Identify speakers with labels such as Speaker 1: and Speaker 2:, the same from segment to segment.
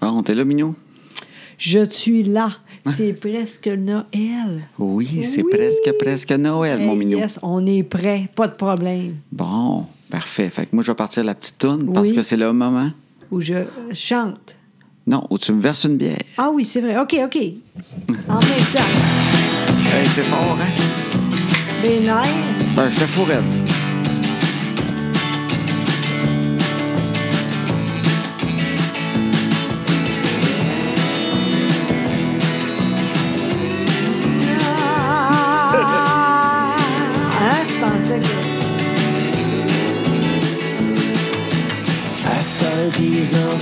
Speaker 1: Ah, on était là, mignon?
Speaker 2: Je suis là.
Speaker 1: Hein?
Speaker 2: C'est presque Noël.
Speaker 1: Oui, c'est
Speaker 2: Oui.
Speaker 1: presque, presque Noël, Ah, mon
Speaker 2: Hey,
Speaker 1: mignon.
Speaker 2: yes, on est prêt, pas de problème.
Speaker 1: Bon, parfait. Fait que moi, je vais partir la petite toune parce
Speaker 2: Oui.
Speaker 1: que c'est le moment.
Speaker 2: Où je chante.
Speaker 1: Non, où tu me verses une bière.
Speaker 2: Ah oui, c'est vrai. OK, OK. En même temps,
Speaker 1: Hey, c'est fort, hein?
Speaker 2: mes nerfs,
Speaker 1: Ben, je te fourrette.
Speaker 2: Ah, hein, je pensais que.
Speaker 3: À cette heure que les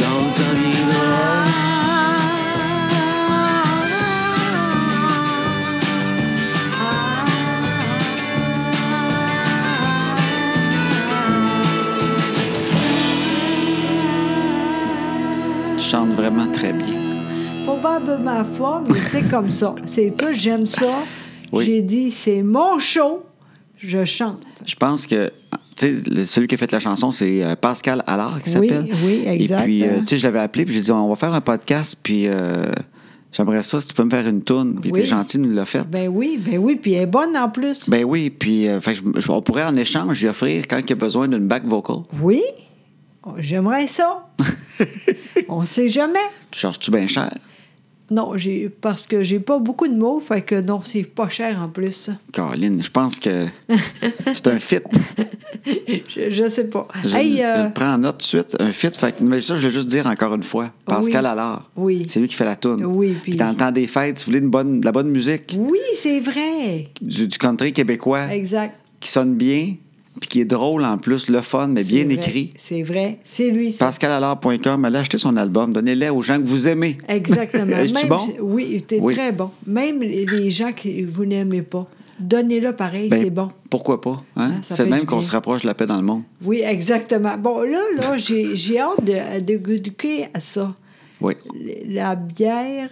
Speaker 3: quand le temps viendra.
Speaker 1: Tu chantes vraiment très bien.
Speaker 2: Probablement pas, mais c'est comme ça. C'est tout, j'aime ça.
Speaker 1: Oui.
Speaker 2: J'ai dit, c'est mon show, je chante.
Speaker 1: Je pense que, tu sais, le- celui qui a fait la chanson, c'est euh, Pascal Allard qui
Speaker 2: Oui,
Speaker 1: s'appelle.
Speaker 2: oui, exact,
Speaker 1: Et puis, euh,
Speaker 2: hein.
Speaker 1: tu sais, je l'avais appelé, puis j'ai dit, on va faire un podcast, puis euh, j'aimerais ça si tu peux me faire une toune. Puis,
Speaker 2: Oui.
Speaker 1: t'es gentil, de nous l'a faite.
Speaker 2: Ben oui, ben oui, puis elle est bonne en plus.
Speaker 1: Ben oui, puis euh, fait que je- je- on pourrait en échange lui offrir quand il a besoin d'une back vocal.
Speaker 2: Oui, Oh, j'aimerais ça. On sait jamais.
Speaker 1: Tu charges-tu bien cher?
Speaker 2: Non, j'ai parce que j'ai pas beaucoup de mots, fait que non, c'est pas cher en plus.
Speaker 1: Caroline, je pense que c'est un fit.
Speaker 2: Je, je sais pas.
Speaker 1: Je,
Speaker 2: Hey,
Speaker 1: je
Speaker 2: euh,
Speaker 1: le prends en note tout de suite, un fit. Fait que, mais ça, je vais juste dire encore une fois. Pascal
Speaker 2: Oui.
Speaker 1: Allard.
Speaker 2: Oui.
Speaker 1: C'est lui qui fait la toune.
Speaker 2: Oui, puis-
Speaker 1: dans le temps des fêtes, si vous voulez une bonne, de la bonne musique
Speaker 2: oui, c'est vrai.
Speaker 1: du, du country québécois
Speaker 2: Exact.
Speaker 1: qui sonne bien, puis qui est drôle en plus, le fun, mais bien
Speaker 2: C'est vrai.
Speaker 1: écrit.
Speaker 2: C'est vrai. C'est lui. ça.
Speaker 1: PascalAllard.com, allez acheter son album, donnez-le aux gens que vous aimez.
Speaker 2: Exactement.
Speaker 1: Est-ce que
Speaker 2: Même,
Speaker 1: tu bon?
Speaker 2: Oui, c'était
Speaker 1: Oui.
Speaker 2: très bon. Même les- les gens que vous n'aimez pas, donnez-le pareil,
Speaker 1: Ben,
Speaker 2: c'est bon.
Speaker 1: Pourquoi pas? hein?
Speaker 2: Ah,
Speaker 1: c'est
Speaker 2: ça fait
Speaker 1: le même
Speaker 2: du
Speaker 1: qu'on
Speaker 2: bien.
Speaker 1: se rapproche de la paix dans le monde.
Speaker 2: Oui, exactement. Bon, là, là, j'ai j'ai hâte de, de goûter à ça.
Speaker 1: Oui.
Speaker 2: La bière.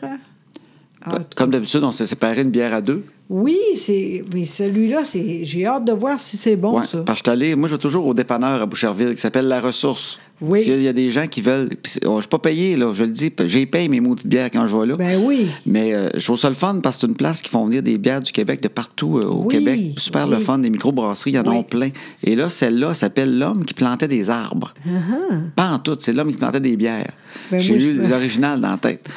Speaker 2: Ah, en tout
Speaker 1: Comme d'habitude, on s'est séparé une bière à deux.
Speaker 2: Oui, c'est. Mais celui-là, c'est. J'ai hâte de voir si c'est bon,
Speaker 1: Ouais,
Speaker 2: ça.
Speaker 1: parce que je suis allé- moi, je vais toujours au dépanneur à Boucherville qui s'appelle La Ressource.
Speaker 2: Oui.
Speaker 1: S'il y a des gens qui veulent. puis c'est- oh, Je ne suis pas payé, là, je le dis. puis J'ai payé mes maudites bières quand je vais là.
Speaker 2: Ben oui.
Speaker 1: Mais euh, je trouve ça le fun parce que c'est une place qui font venir des bières du Québec, de partout euh, au
Speaker 2: Oui,
Speaker 1: Québec. Super le
Speaker 2: oui.
Speaker 1: fun, des microbrasseries, il y en
Speaker 2: Oui.
Speaker 1: a plein. Et là, celle-là s'appelle L'homme qui plantait des arbres. Pas en tout, c'est l'homme qui plantait des bières.
Speaker 2: Ah Ben,
Speaker 1: J'ai
Speaker 2: moi, je
Speaker 1: eu
Speaker 2: peux-
Speaker 1: l'original dans la tête.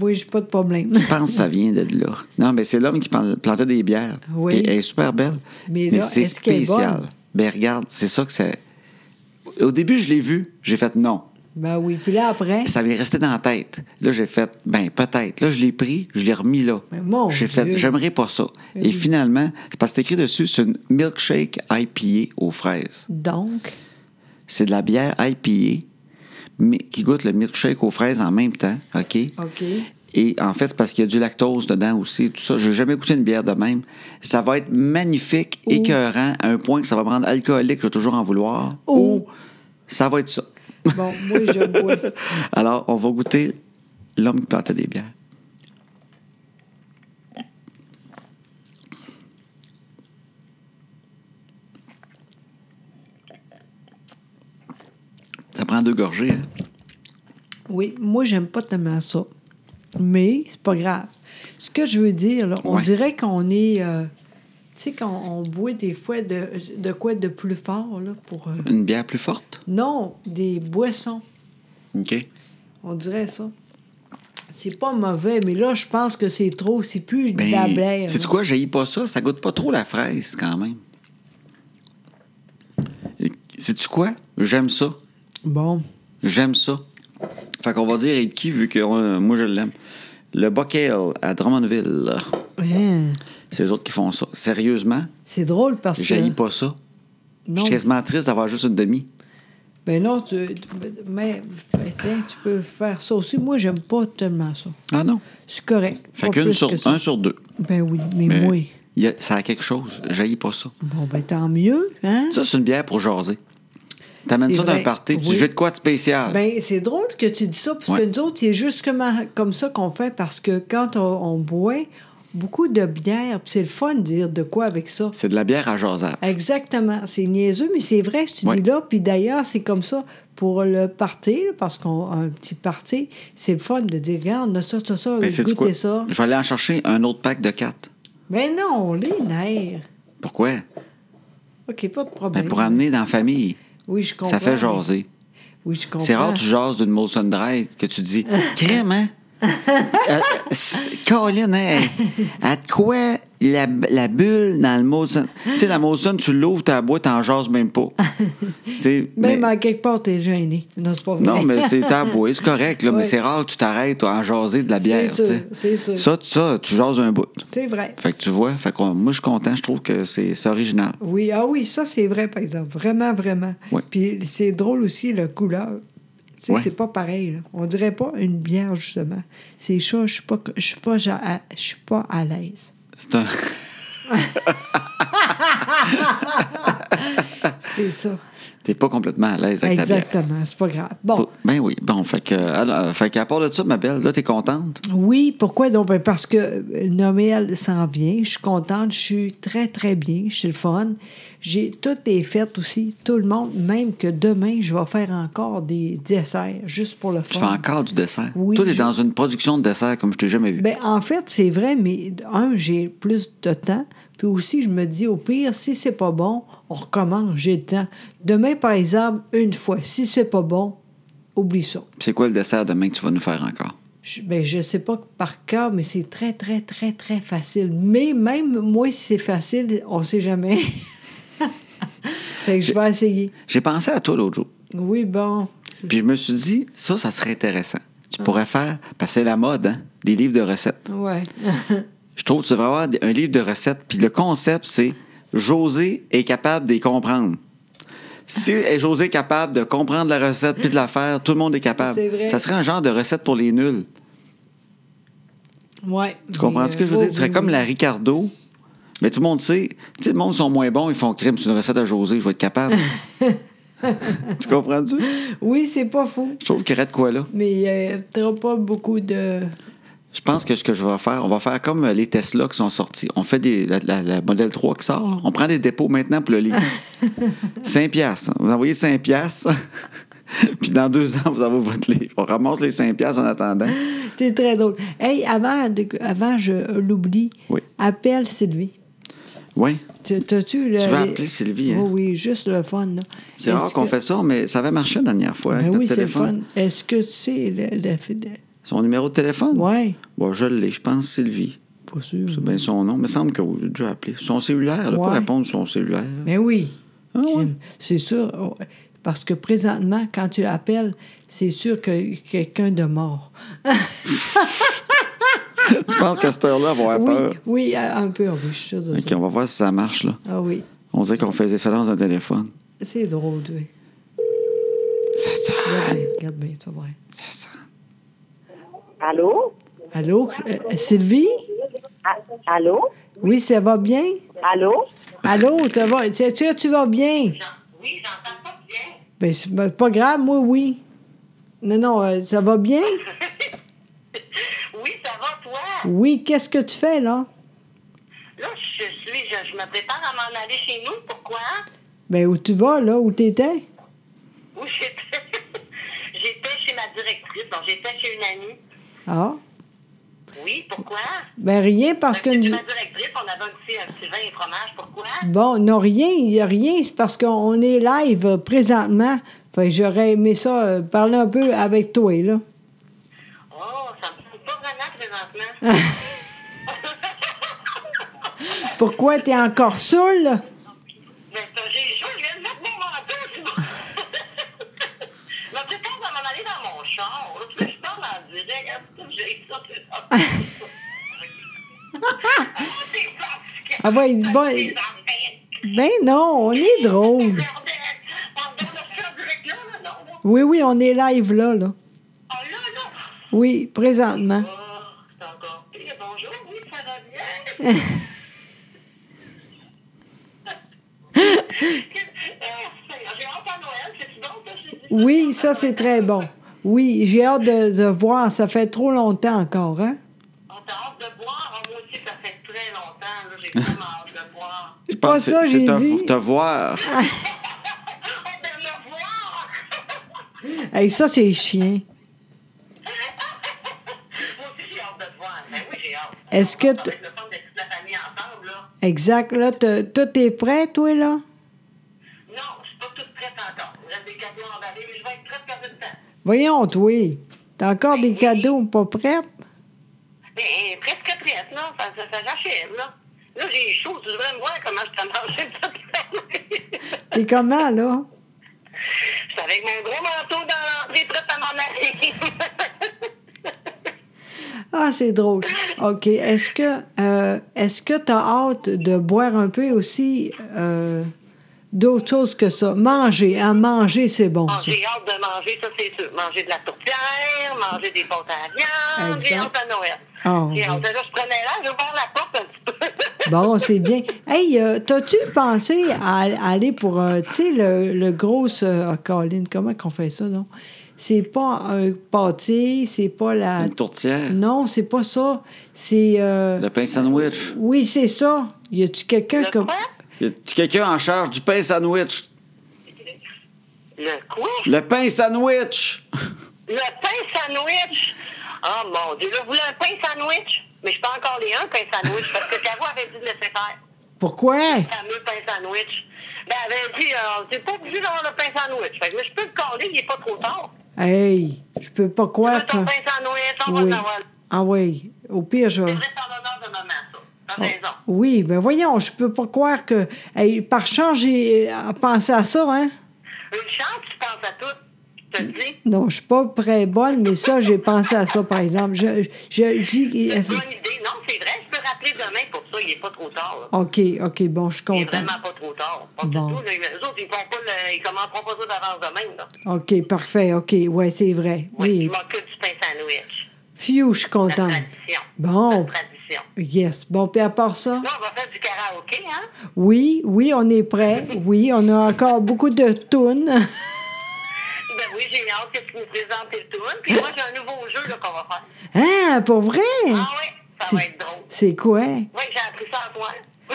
Speaker 2: Oui, j'ai pas de problème.
Speaker 1: Je pense que ça vient de là. Non, mais c'est l'homme qui plan- plantait des bières.
Speaker 2: Oui.
Speaker 1: Puis elle est super belle.
Speaker 2: Mais
Speaker 1: Mais,
Speaker 2: là,
Speaker 1: c'est
Speaker 2: est-ce qu'elle est
Speaker 1: spécial.
Speaker 2: bonne?
Speaker 1: Ben regarde, c'est ça que c'est. Au début, je l'ai vu, j'ai fait non.
Speaker 2: ben oui. Puis là, après.
Speaker 1: Ça m'est resté dans la tête. Là, j'ai fait, ben peut-être. Là, je l'ai pris, je l'ai remis là.
Speaker 2: Mais Ben, mon
Speaker 1: J'ai fait,
Speaker 2: Dieu. Ben
Speaker 1: j'aimerais pas ça. Et finalement, c'est parce que c'est écrit dessus, c'est une milkshake IPA aux fraises.
Speaker 2: Donc.
Speaker 1: C'est de la bière IPA, mais qui goûte le milkshake aux fraises en même temps, OK?
Speaker 2: OK.
Speaker 1: Et en fait, c'est parce qu'il y a du lactose dedans aussi, tout ça. J'ai jamais goûté une bière de même. Ça va être magnifique, écœurant, à un point que ça va me rendre alcoolique, je vais toujours en vouloir.
Speaker 2: Ou-
Speaker 1: Ou ça va être ça.
Speaker 2: Bon, moi, je bois.
Speaker 1: Alors, on va goûter l'homme qui plantait des bières. Ça prend deux gorgées. hein?
Speaker 2: Oui, moi, j'aime pas tellement ça. Mais c'est pas grave. Ce que je veux dire, là, on
Speaker 1: Ouais.
Speaker 2: dirait qu'on est. euh, tu sais, qu'on on boit des fois de, de quoi de plus fort, là, pour. euh,
Speaker 1: Une bière plus forte.
Speaker 2: Non, des boissons.
Speaker 1: OK.
Speaker 2: On dirait ça. C'est pas mauvais, mais là, je pense que c'est trop. C'est plus de la bière.
Speaker 1: C'est
Speaker 2: là.
Speaker 1: Ben, quoi, j'haïs pas ça, ça goûte pas trop la fraise quand même. C'est tu quoi J'aime ça.
Speaker 2: Bon.
Speaker 1: J'aime ça. Fait qu'on va dire et de qui vu que euh, moi je l'aime. Le Buckale à Drummondville.
Speaker 2: Hein.
Speaker 1: C'est eux autres qui font ça. Sérieusement,
Speaker 2: C'est drôle parce que.
Speaker 1: j'haïs pas ça. Je
Speaker 2: Non.
Speaker 1: suis quasiment triste d'avoir juste une demi.
Speaker 2: Ben non, tu. Mais ben, tiens, tu peux faire ça aussi. Moi, j'aime pas tellement ça.
Speaker 1: Ah non.
Speaker 2: C'est correct.
Speaker 1: Fait
Speaker 2: Pas
Speaker 1: qu'une
Speaker 2: plus
Speaker 1: sur
Speaker 2: que ça.
Speaker 1: un sur deux.
Speaker 2: Ben oui, mais,
Speaker 1: Mais
Speaker 2: moi.
Speaker 1: Il il y a- ça a quelque chose. Je pas ça.
Speaker 2: Bon, ben tant mieux, hein?
Speaker 1: Ça, c'est une bière pour jaser. T'amènes
Speaker 2: C'est
Speaker 1: ça d'un
Speaker 2: vrai.
Speaker 1: party, tu
Speaker 2: Oui.
Speaker 1: jeux de quoi de spécial?
Speaker 2: Ben, c'est drôle que tu dis ça, parce
Speaker 1: Ouais.
Speaker 2: que nous autres, c'est juste comme, comme ça qu'on fait, parce que quand on, on boit beaucoup de bière, puis c'est le fun de dire de quoi avec ça.
Speaker 1: c'est de la bière à jaser.
Speaker 2: Exactement. C'est niaiseux, mais c'est vrai, ce que tu
Speaker 1: Ouais.
Speaker 2: dis là. Puis d'ailleurs, c'est comme ça pour le party, là, parce qu'on a un petit party, c'est le fun de dire, regarde, on a ça, ça, ça,
Speaker 1: Ben, sais-tu
Speaker 2: goûtez
Speaker 1: quoi?
Speaker 2: ça.
Speaker 1: Je vais aller en chercher un autre pack de quatre.
Speaker 2: Mais non, les nerfs.
Speaker 1: Pourquoi?
Speaker 2: OK, pas de
Speaker 1: Ben,
Speaker 2: problème.
Speaker 1: pour amener dans la famille.
Speaker 2: oui, je comprends.
Speaker 1: Ça fait
Speaker 2: mais-
Speaker 1: jaser.
Speaker 2: Oui, je comprends.
Speaker 1: C'est rare tu jases d'une Molson Dry que tu dis crème, hein? Euh, c'est- Colin, hein? À de quoi la, la bulle dans le Molson? Tu sais, la Molson, tu l'ouvres, ta boîte, t'en jases même pas. Tu sais,
Speaker 2: Même
Speaker 1: mais-
Speaker 2: à quelque part, t'es gêné. Non, c'est pas vrai.
Speaker 1: Non, mais c'est ta boîte, c'est correct, là,
Speaker 2: Ouais.
Speaker 1: mais c'est rare que tu t'arrêtes à en jaser de la bière.
Speaker 2: sûr,
Speaker 1: tu sais.
Speaker 2: c'est sûr.
Speaker 1: Ça, ça, tu jases un bout.
Speaker 2: C'est vrai.
Speaker 1: Fait que tu vois, fait qu'on- moi, je suis content, je trouve que c'est c'est original.
Speaker 2: Oui, ah oui, ça c'est vrai, par exemple. Vraiment, vraiment.
Speaker 1: Oui.
Speaker 2: Puis c'est drôle aussi, la couleur. Tu sais,
Speaker 1: Oui.
Speaker 2: c'est pas pareil. là. On dirait pas une bière, justement. C'est chaud, je suis pas, je suis pas, ja- je suis pas à l'aise.
Speaker 1: C'est un.
Speaker 2: C'est ça.
Speaker 1: T'es pas complètement à l'aise avec ta bière.
Speaker 2: Exactement, c'est pas grave. Bon,
Speaker 1: Faut- Ben oui, bon, fait que, alors, fait qu'à part de ça, ma belle, là, t'es contente?
Speaker 2: oui, pourquoi donc? Ben, parce que euh, Noël s'en vient, je suis contente, je suis très, très bien, je suis le fun. J'ai toutes les fêtes aussi, tout le monde, même que demain, je vais faire encore des desserts, juste pour le fun.
Speaker 1: Tu fais encore du dessert.
Speaker 2: Oui,
Speaker 1: Toi, t'es
Speaker 2: je-
Speaker 1: dans une production de dessert comme je t'ai jamais vu.
Speaker 2: Ben, en fait, c'est vrai, mais un, j'ai plus de temps. Puis aussi, je me dis, au pire, si c'est pas bon, on recommence, j'ai le temps. Demain, par exemple, une fois, si c'est pas bon, oublie ça.
Speaker 1: C'est quoi le dessert demain que tu vas nous faire encore?
Speaker 2: Je, ben, je sais pas par cœur, mais c'est très, très, très, très facile. Mais même moi, si c'est facile, on sait jamais. fait que je vais essayer.
Speaker 1: J'ai pensé à toi l'autre jour.
Speaker 2: Oui, bon.
Speaker 1: Puis je me suis dit, ça, ça serait intéressant.
Speaker 2: Ah.
Speaker 1: Tu pourrais faire, parce que c'est la mode, hein, des livres de recettes.
Speaker 2: Ouais.
Speaker 1: Je trouve que tu devrais avoir un livre de recettes. Puis le concept, c'est José est capable de les comprendre. Si José est capable de comprendre la recette puis de la faire, tout le monde est capable.
Speaker 2: C'est vrai.
Speaker 1: Ça serait un genre de recette pour les nuls.
Speaker 2: ouais. oh,
Speaker 1: Tu comprends ce que je veux dire? Tu serais comme la Ricardo. Mais tout le monde sait. Tu sais, le monde sont moins bons, ils font crime, c'est une recette à José, je vais être capable. tu comprends-tu?
Speaker 2: Oui, c'est pas fou.
Speaker 1: Je trouve qu'il y aurait de quoi là.
Speaker 2: Mais euh, t'auras pas beaucoup de.
Speaker 1: Je pense que ce que je vais faire, on va faire comme euh, les Tesla qui sont sortis. On fait des, la, la- la modèle 3 qui sort. là. On prend des dépôts maintenant pour le livre. 5 piastres. hein. Vous envoyez 5 piastres. Puis dans deux ans, vous avez votre livre. On ramasse les 5 piastres en attendant.
Speaker 2: C'est très drôle. Hey, avant, de- avant je l'oublie,
Speaker 1: Oui.
Speaker 2: appelle Sylvie.
Speaker 1: Oui.
Speaker 2: Tu- T'as-tu le.
Speaker 1: Tu vas
Speaker 2: les-
Speaker 1: appeler Sylvie, hein?
Speaker 2: Oui, oui, juste le fun. là.
Speaker 1: C'est
Speaker 2: Est-ce
Speaker 1: rare qu'on
Speaker 2: que-
Speaker 1: fait ça, mais ça avait marché la dernière fois. avec
Speaker 2: Ben
Speaker 1: notre
Speaker 2: oui, c'est le
Speaker 1: téléphone.
Speaker 2: fun. Est-ce que tu sais le. le...
Speaker 1: Son numéro de téléphone?
Speaker 2: Oui,
Speaker 1: Bon, je l'ai, je pense Sylvie.
Speaker 2: pas sûr.
Speaker 1: C'est bien son nom. Il me semble que j'ai déjà appelé. Son cellulaire, elle n'a
Speaker 2: Ouais.
Speaker 1: pas répondre son cellulaire.
Speaker 2: Mais oui.
Speaker 1: Ah ouais.
Speaker 2: C'est sûr. oh, Parce que présentement, quand tu appelles, c'est sûr que quelqu'un de mort.
Speaker 1: tu penses qu'à cette heure-là, elle va avoir
Speaker 2: oui,
Speaker 1: peur?
Speaker 2: oui, un peu. Oui, je suis sûre de
Speaker 1: OK,
Speaker 2: ça.
Speaker 1: on va voir si ça marche, là.
Speaker 2: Ah oui,
Speaker 1: On dirait qu'on faisait ça dans un téléphone.
Speaker 2: c'est drôle, oui.
Speaker 1: Ça
Speaker 2: Regarde
Speaker 1: sonne!
Speaker 2: bien, regarde bien, tu vas voir.
Speaker 1: Ça sonne.
Speaker 4: Allô?
Speaker 2: Allô, euh, Sylvie?
Speaker 4: A- Allô?
Speaker 2: Oui, ça va bien?
Speaker 4: Allô?
Speaker 2: Allô, ça va? Tu, tu, tu vas bien?
Speaker 4: Oui, j'entends pas bien.
Speaker 2: Ben, c'est ben, pas grave, moi, oui. Non, non, euh, ça va bien?
Speaker 4: Oui, ça va, toi?
Speaker 2: Oui, qu'est-ce que tu fais, là?
Speaker 4: Là, je suis, je, je me prépare à m'en aller chez nous. Pourquoi?
Speaker 2: Ben, où tu vas, là? Où t'étais?
Speaker 4: Où j'étais? j'étais chez ma directrice, donc j'étais chez une amie.
Speaker 2: Ah?
Speaker 4: Oui, pourquoi?
Speaker 2: Ben, rien, parce que...
Speaker 4: Parce que chez
Speaker 2: nous-
Speaker 4: ma directrice, on avait un petit, un petit vin et fromage. Pourquoi?
Speaker 2: Bon, non, rien, il y a rien, c'est parce qu'on on est live euh, présentement. Fait que j'aurais aimé ça, euh, parler un peu avec toi, là.
Speaker 4: Oh, ça me semble pas vraiment présentement.
Speaker 2: Pourquoi t'es encore saoul? là?
Speaker 4: Mais c'est un- j'ai chaud, je viens de mettre mon manteau, c'est bon. Je me prépare à m'en aller dans mon char. Là, tu sais, je parle en direct. Est-ce que j'ai ça? c'est ça.
Speaker 2: Ah ouais, bon- Ben non, on est drôle. Oui, oui, on est live là, là. Oui, présentement.
Speaker 4: Bonjour, oui, ça va bien. J'ai hâte à Noël, c'est bon, ça, j'ai dit.
Speaker 2: Oui, ça, c'est très bon. Oui, j'ai hâte de, de voir. Ça fait trop longtemps encore, hein?
Speaker 4: On t'a hâte de boire. Moi aussi, ça fait très longtemps. là, J'ai vraiment hâte de boire.
Speaker 1: Je
Speaker 2: Pas
Speaker 1: pense que
Speaker 2: ça,
Speaker 1: c'est-
Speaker 2: j'ai
Speaker 1: c'est
Speaker 2: dit. Ah.
Speaker 1: te, te voir.
Speaker 4: On de le voir.
Speaker 2: Hey, ça, c'est chien.
Speaker 4: Moi aussi, j'ai hâte de te voir. Ben oui, j'ai hâte.
Speaker 2: Est-ce que
Speaker 4: Ça
Speaker 2: t-
Speaker 4: va être le fun d'être toute la famille ensemble, là.
Speaker 2: Exact, là, t'as- tout est prêt, toi, là?
Speaker 4: Non, je suis pas toute prête encore. J'ai des cadeaux emballés, mais je vais être prête dans une temps.
Speaker 2: Voyons, toi. T'as encore des cadeaux pas prêts?
Speaker 4: Mais Ben, presque prête, là. Ça, ça, ça j'achève, là. Là, j'ai chaud. Tu devrais me voir comment je t'en mangé de
Speaker 2: T'es comment, là?
Speaker 4: Je suis avec mon gros manteau dans l'entrée, prête à m'en aller.
Speaker 2: Ah, c'est drôle. OK. Est-ce que euh, est-ce que t'as hâte de boire un peu aussi euh, d'autres choses que ça? Manger. À manger, c'est bon,
Speaker 4: Ah,
Speaker 2: ça.
Speaker 4: j'ai hâte de manger, ça, c'est sûr. Manger de la tourtière, manger des pâtes à viande. J'ai
Speaker 2: Exact.
Speaker 4: hâte à Noël.
Speaker 2: Ah,
Speaker 4: j'ai hâte.
Speaker 2: oui.
Speaker 4: Là, je prenais l'air, j'ai ouvert la porte un petit peu.
Speaker 2: Bon, c'est bien. Hey, euh, t'as-tu pensé à, à aller pour, euh, tu sais, le, le gros... euh, ah, Colin, comment qu'on fait ça, non? C'est pas un pâté, c'est pas la...
Speaker 1: Une tourtière.
Speaker 2: Non, c'est pas ça. C'est... euh,
Speaker 1: Le pain sandwich.
Speaker 2: Oui, c'est ça. Y a-tu quelqu'un
Speaker 4: Le
Speaker 2: comme...
Speaker 4: quoi?
Speaker 1: Y a-tu quelqu'un en charge du pain sandwich?
Speaker 4: Le quoi?
Speaker 1: Le pain sandwich!
Speaker 4: Le pain sandwich. Oh mon Dieu, là, vous voulez un pain sandwich? Mais je suis pas encore les un pain sandwich parce que Caro avait dit de laisser faire.
Speaker 2: Pourquoi?
Speaker 4: Le fameux pain sandwich. Ben, elle avait dit, euh, t'es pas obligé d'avoir le pain sandwich. Fait que là, je peux le coller, il est pas trop tard.
Speaker 2: Hey, je peux pas
Speaker 4: Tu veux
Speaker 2: croire que...
Speaker 4: ton pain sandwich, on va
Speaker 2: Oui.
Speaker 4: l'avoir.
Speaker 2: Ah oui, au pire, je...
Speaker 4: C'est vrai, c'est en l'honneur de maman, ça. T'as
Speaker 2: Ah.
Speaker 4: raison.
Speaker 2: Oui, ben voyons, je peux pas croire que... Hey, par chance, j'ai euh, pensé à ça, hein?
Speaker 4: Une chance, tu penses à tout. Je te le dis.
Speaker 2: Non, je suis pas très bonne, mais ça, j'ai pensé à ça, par exemple. Je, je, j'y-
Speaker 4: C'est une bonne idée. Non, c'est vrai, je peux rappeler demain pour ça, il est pas trop tard. là.
Speaker 2: OK, OK, bon, je suis
Speaker 4: Il est
Speaker 2: contente.
Speaker 4: vraiment pas trop tard. Pas du
Speaker 2: Bon.
Speaker 4: tout. là, eux autres, ils font pas le- ils commenceront pas ça d'avance demain, là.
Speaker 2: OK, parfait, OK, ouais, c'est vrai.
Speaker 4: Oui, je
Speaker 2: Oui,
Speaker 4: m'occupe du pain sandwich.
Speaker 2: Phew, je suis
Speaker 4: La
Speaker 2: contente.
Speaker 4: tradition.
Speaker 2: Bon,
Speaker 4: La tradition.
Speaker 2: yes. Bon, puis à part ça,
Speaker 4: Là, on va faire du karaoké, hein?
Speaker 2: oui, oui, on est prêt. Oui, on a encore beaucoup de tunes.
Speaker 4: Ben oui, j'ai hâte que tu nous présentes le tour.
Speaker 2: Hein?
Speaker 4: Puis moi, j'ai un nouveau jeu là, qu'on va faire.
Speaker 2: Ah, pour vrai?
Speaker 4: Ah oui, ça va être drôle.
Speaker 2: C'est quoi?
Speaker 4: Oui, j'ai appris ça à toi.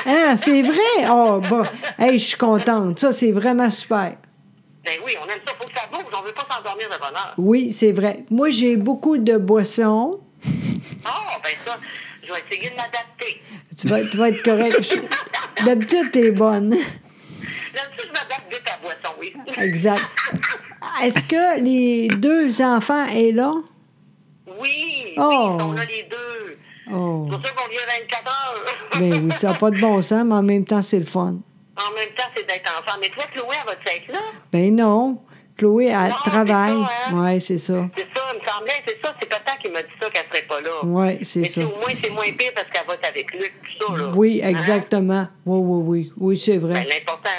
Speaker 2: Ah, c'est vrai? Oh, bon. Hey, je suis contente. Ça, c'est vraiment super.
Speaker 4: Ben oui, on aime ça. Faut que ça bouge. On veut pas s'endormir de bonne heure.
Speaker 2: Oui, c'est vrai. Moi, j'ai beaucoup de boissons.
Speaker 4: Oh, ben ça, je vais essayer de m'adapter.
Speaker 2: Tu vas, tu vas être correct. Je- D'habitude, t'es bonne.
Speaker 4: Là-dessus, je m'adapte vite à la boisson, oui.
Speaker 2: Exact. Est-ce que les deux enfants est là?
Speaker 4: Oui,
Speaker 2: Oh.
Speaker 4: oui, on a les deux.
Speaker 2: Oh.
Speaker 4: C'est pour ça qu'on vient 24 heures.
Speaker 2: Ben oui, ça n'a pas de bon sens, mais en même temps, c'est le fun.
Speaker 4: En même temps, c'est d'être ensemble. Mais toi, Chloé, elle va être là?
Speaker 2: Ben non. Chloé, elle
Speaker 4: Non, c'est
Speaker 2: travaille.
Speaker 4: ça, hein?
Speaker 2: Ouais, c'est ça.
Speaker 4: C'est ça, il me semblait, c'est ça, c'est Papa qui m'a dit ça qu'elle serait pas là.
Speaker 2: Ouais, c'est
Speaker 4: Mais
Speaker 2: ça.
Speaker 4: tu sais, au moins, c'est moins pire parce qu'elle va être avec Luc, tout ça, là.
Speaker 2: Oui,
Speaker 4: Hein?
Speaker 2: exactement. Oui, oui, oui. Oui, c'est
Speaker 4: Ben,
Speaker 2: vrai.
Speaker 4: l'important,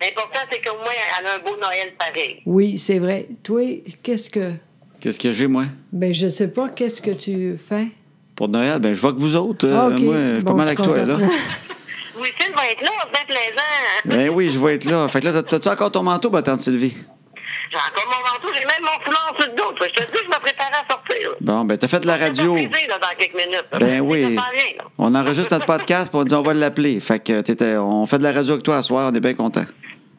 Speaker 4: l'important, c'est qu'au moins, elle a un beau Noël pareil.
Speaker 2: Oui, c'est vrai. Toi, qu'est-ce que.
Speaker 1: Qu'est-ce que j'ai, moi?
Speaker 2: Ben, je sais pas, qu'est-ce que tu fais?
Speaker 1: Pour Noël, ben je vois que vous autres. euh,
Speaker 2: Ah, ok.
Speaker 1: Moi, je suis pas
Speaker 2: Bon,
Speaker 1: mal
Speaker 2: je
Speaker 1: avec
Speaker 2: suis
Speaker 1: toi, là.
Speaker 2: contente.
Speaker 4: Oui, Phil va être là, c'est bien plaisant.
Speaker 1: ben oui, je vais être là. Fait que là, t'as- t'as-tu encore ton manteau, ma tante Sylvie?
Speaker 4: J'ai encore mon manteau, j'ai même mon foulard sur le dos. toi. Je te dis, je me prépare à sortir. là.
Speaker 1: Bon, ben t'as fait de la radio.
Speaker 4: Je vais te faire plaisir, là, dans quelques minutes. là.
Speaker 1: Ben
Speaker 4: Ça
Speaker 1: oui.
Speaker 4: s'en vient, là.
Speaker 1: On enregistre notre podcast pour on dit on va l'appeler. Fait que t'étais, on fait de la radio avec toi ce soir, on est bien content.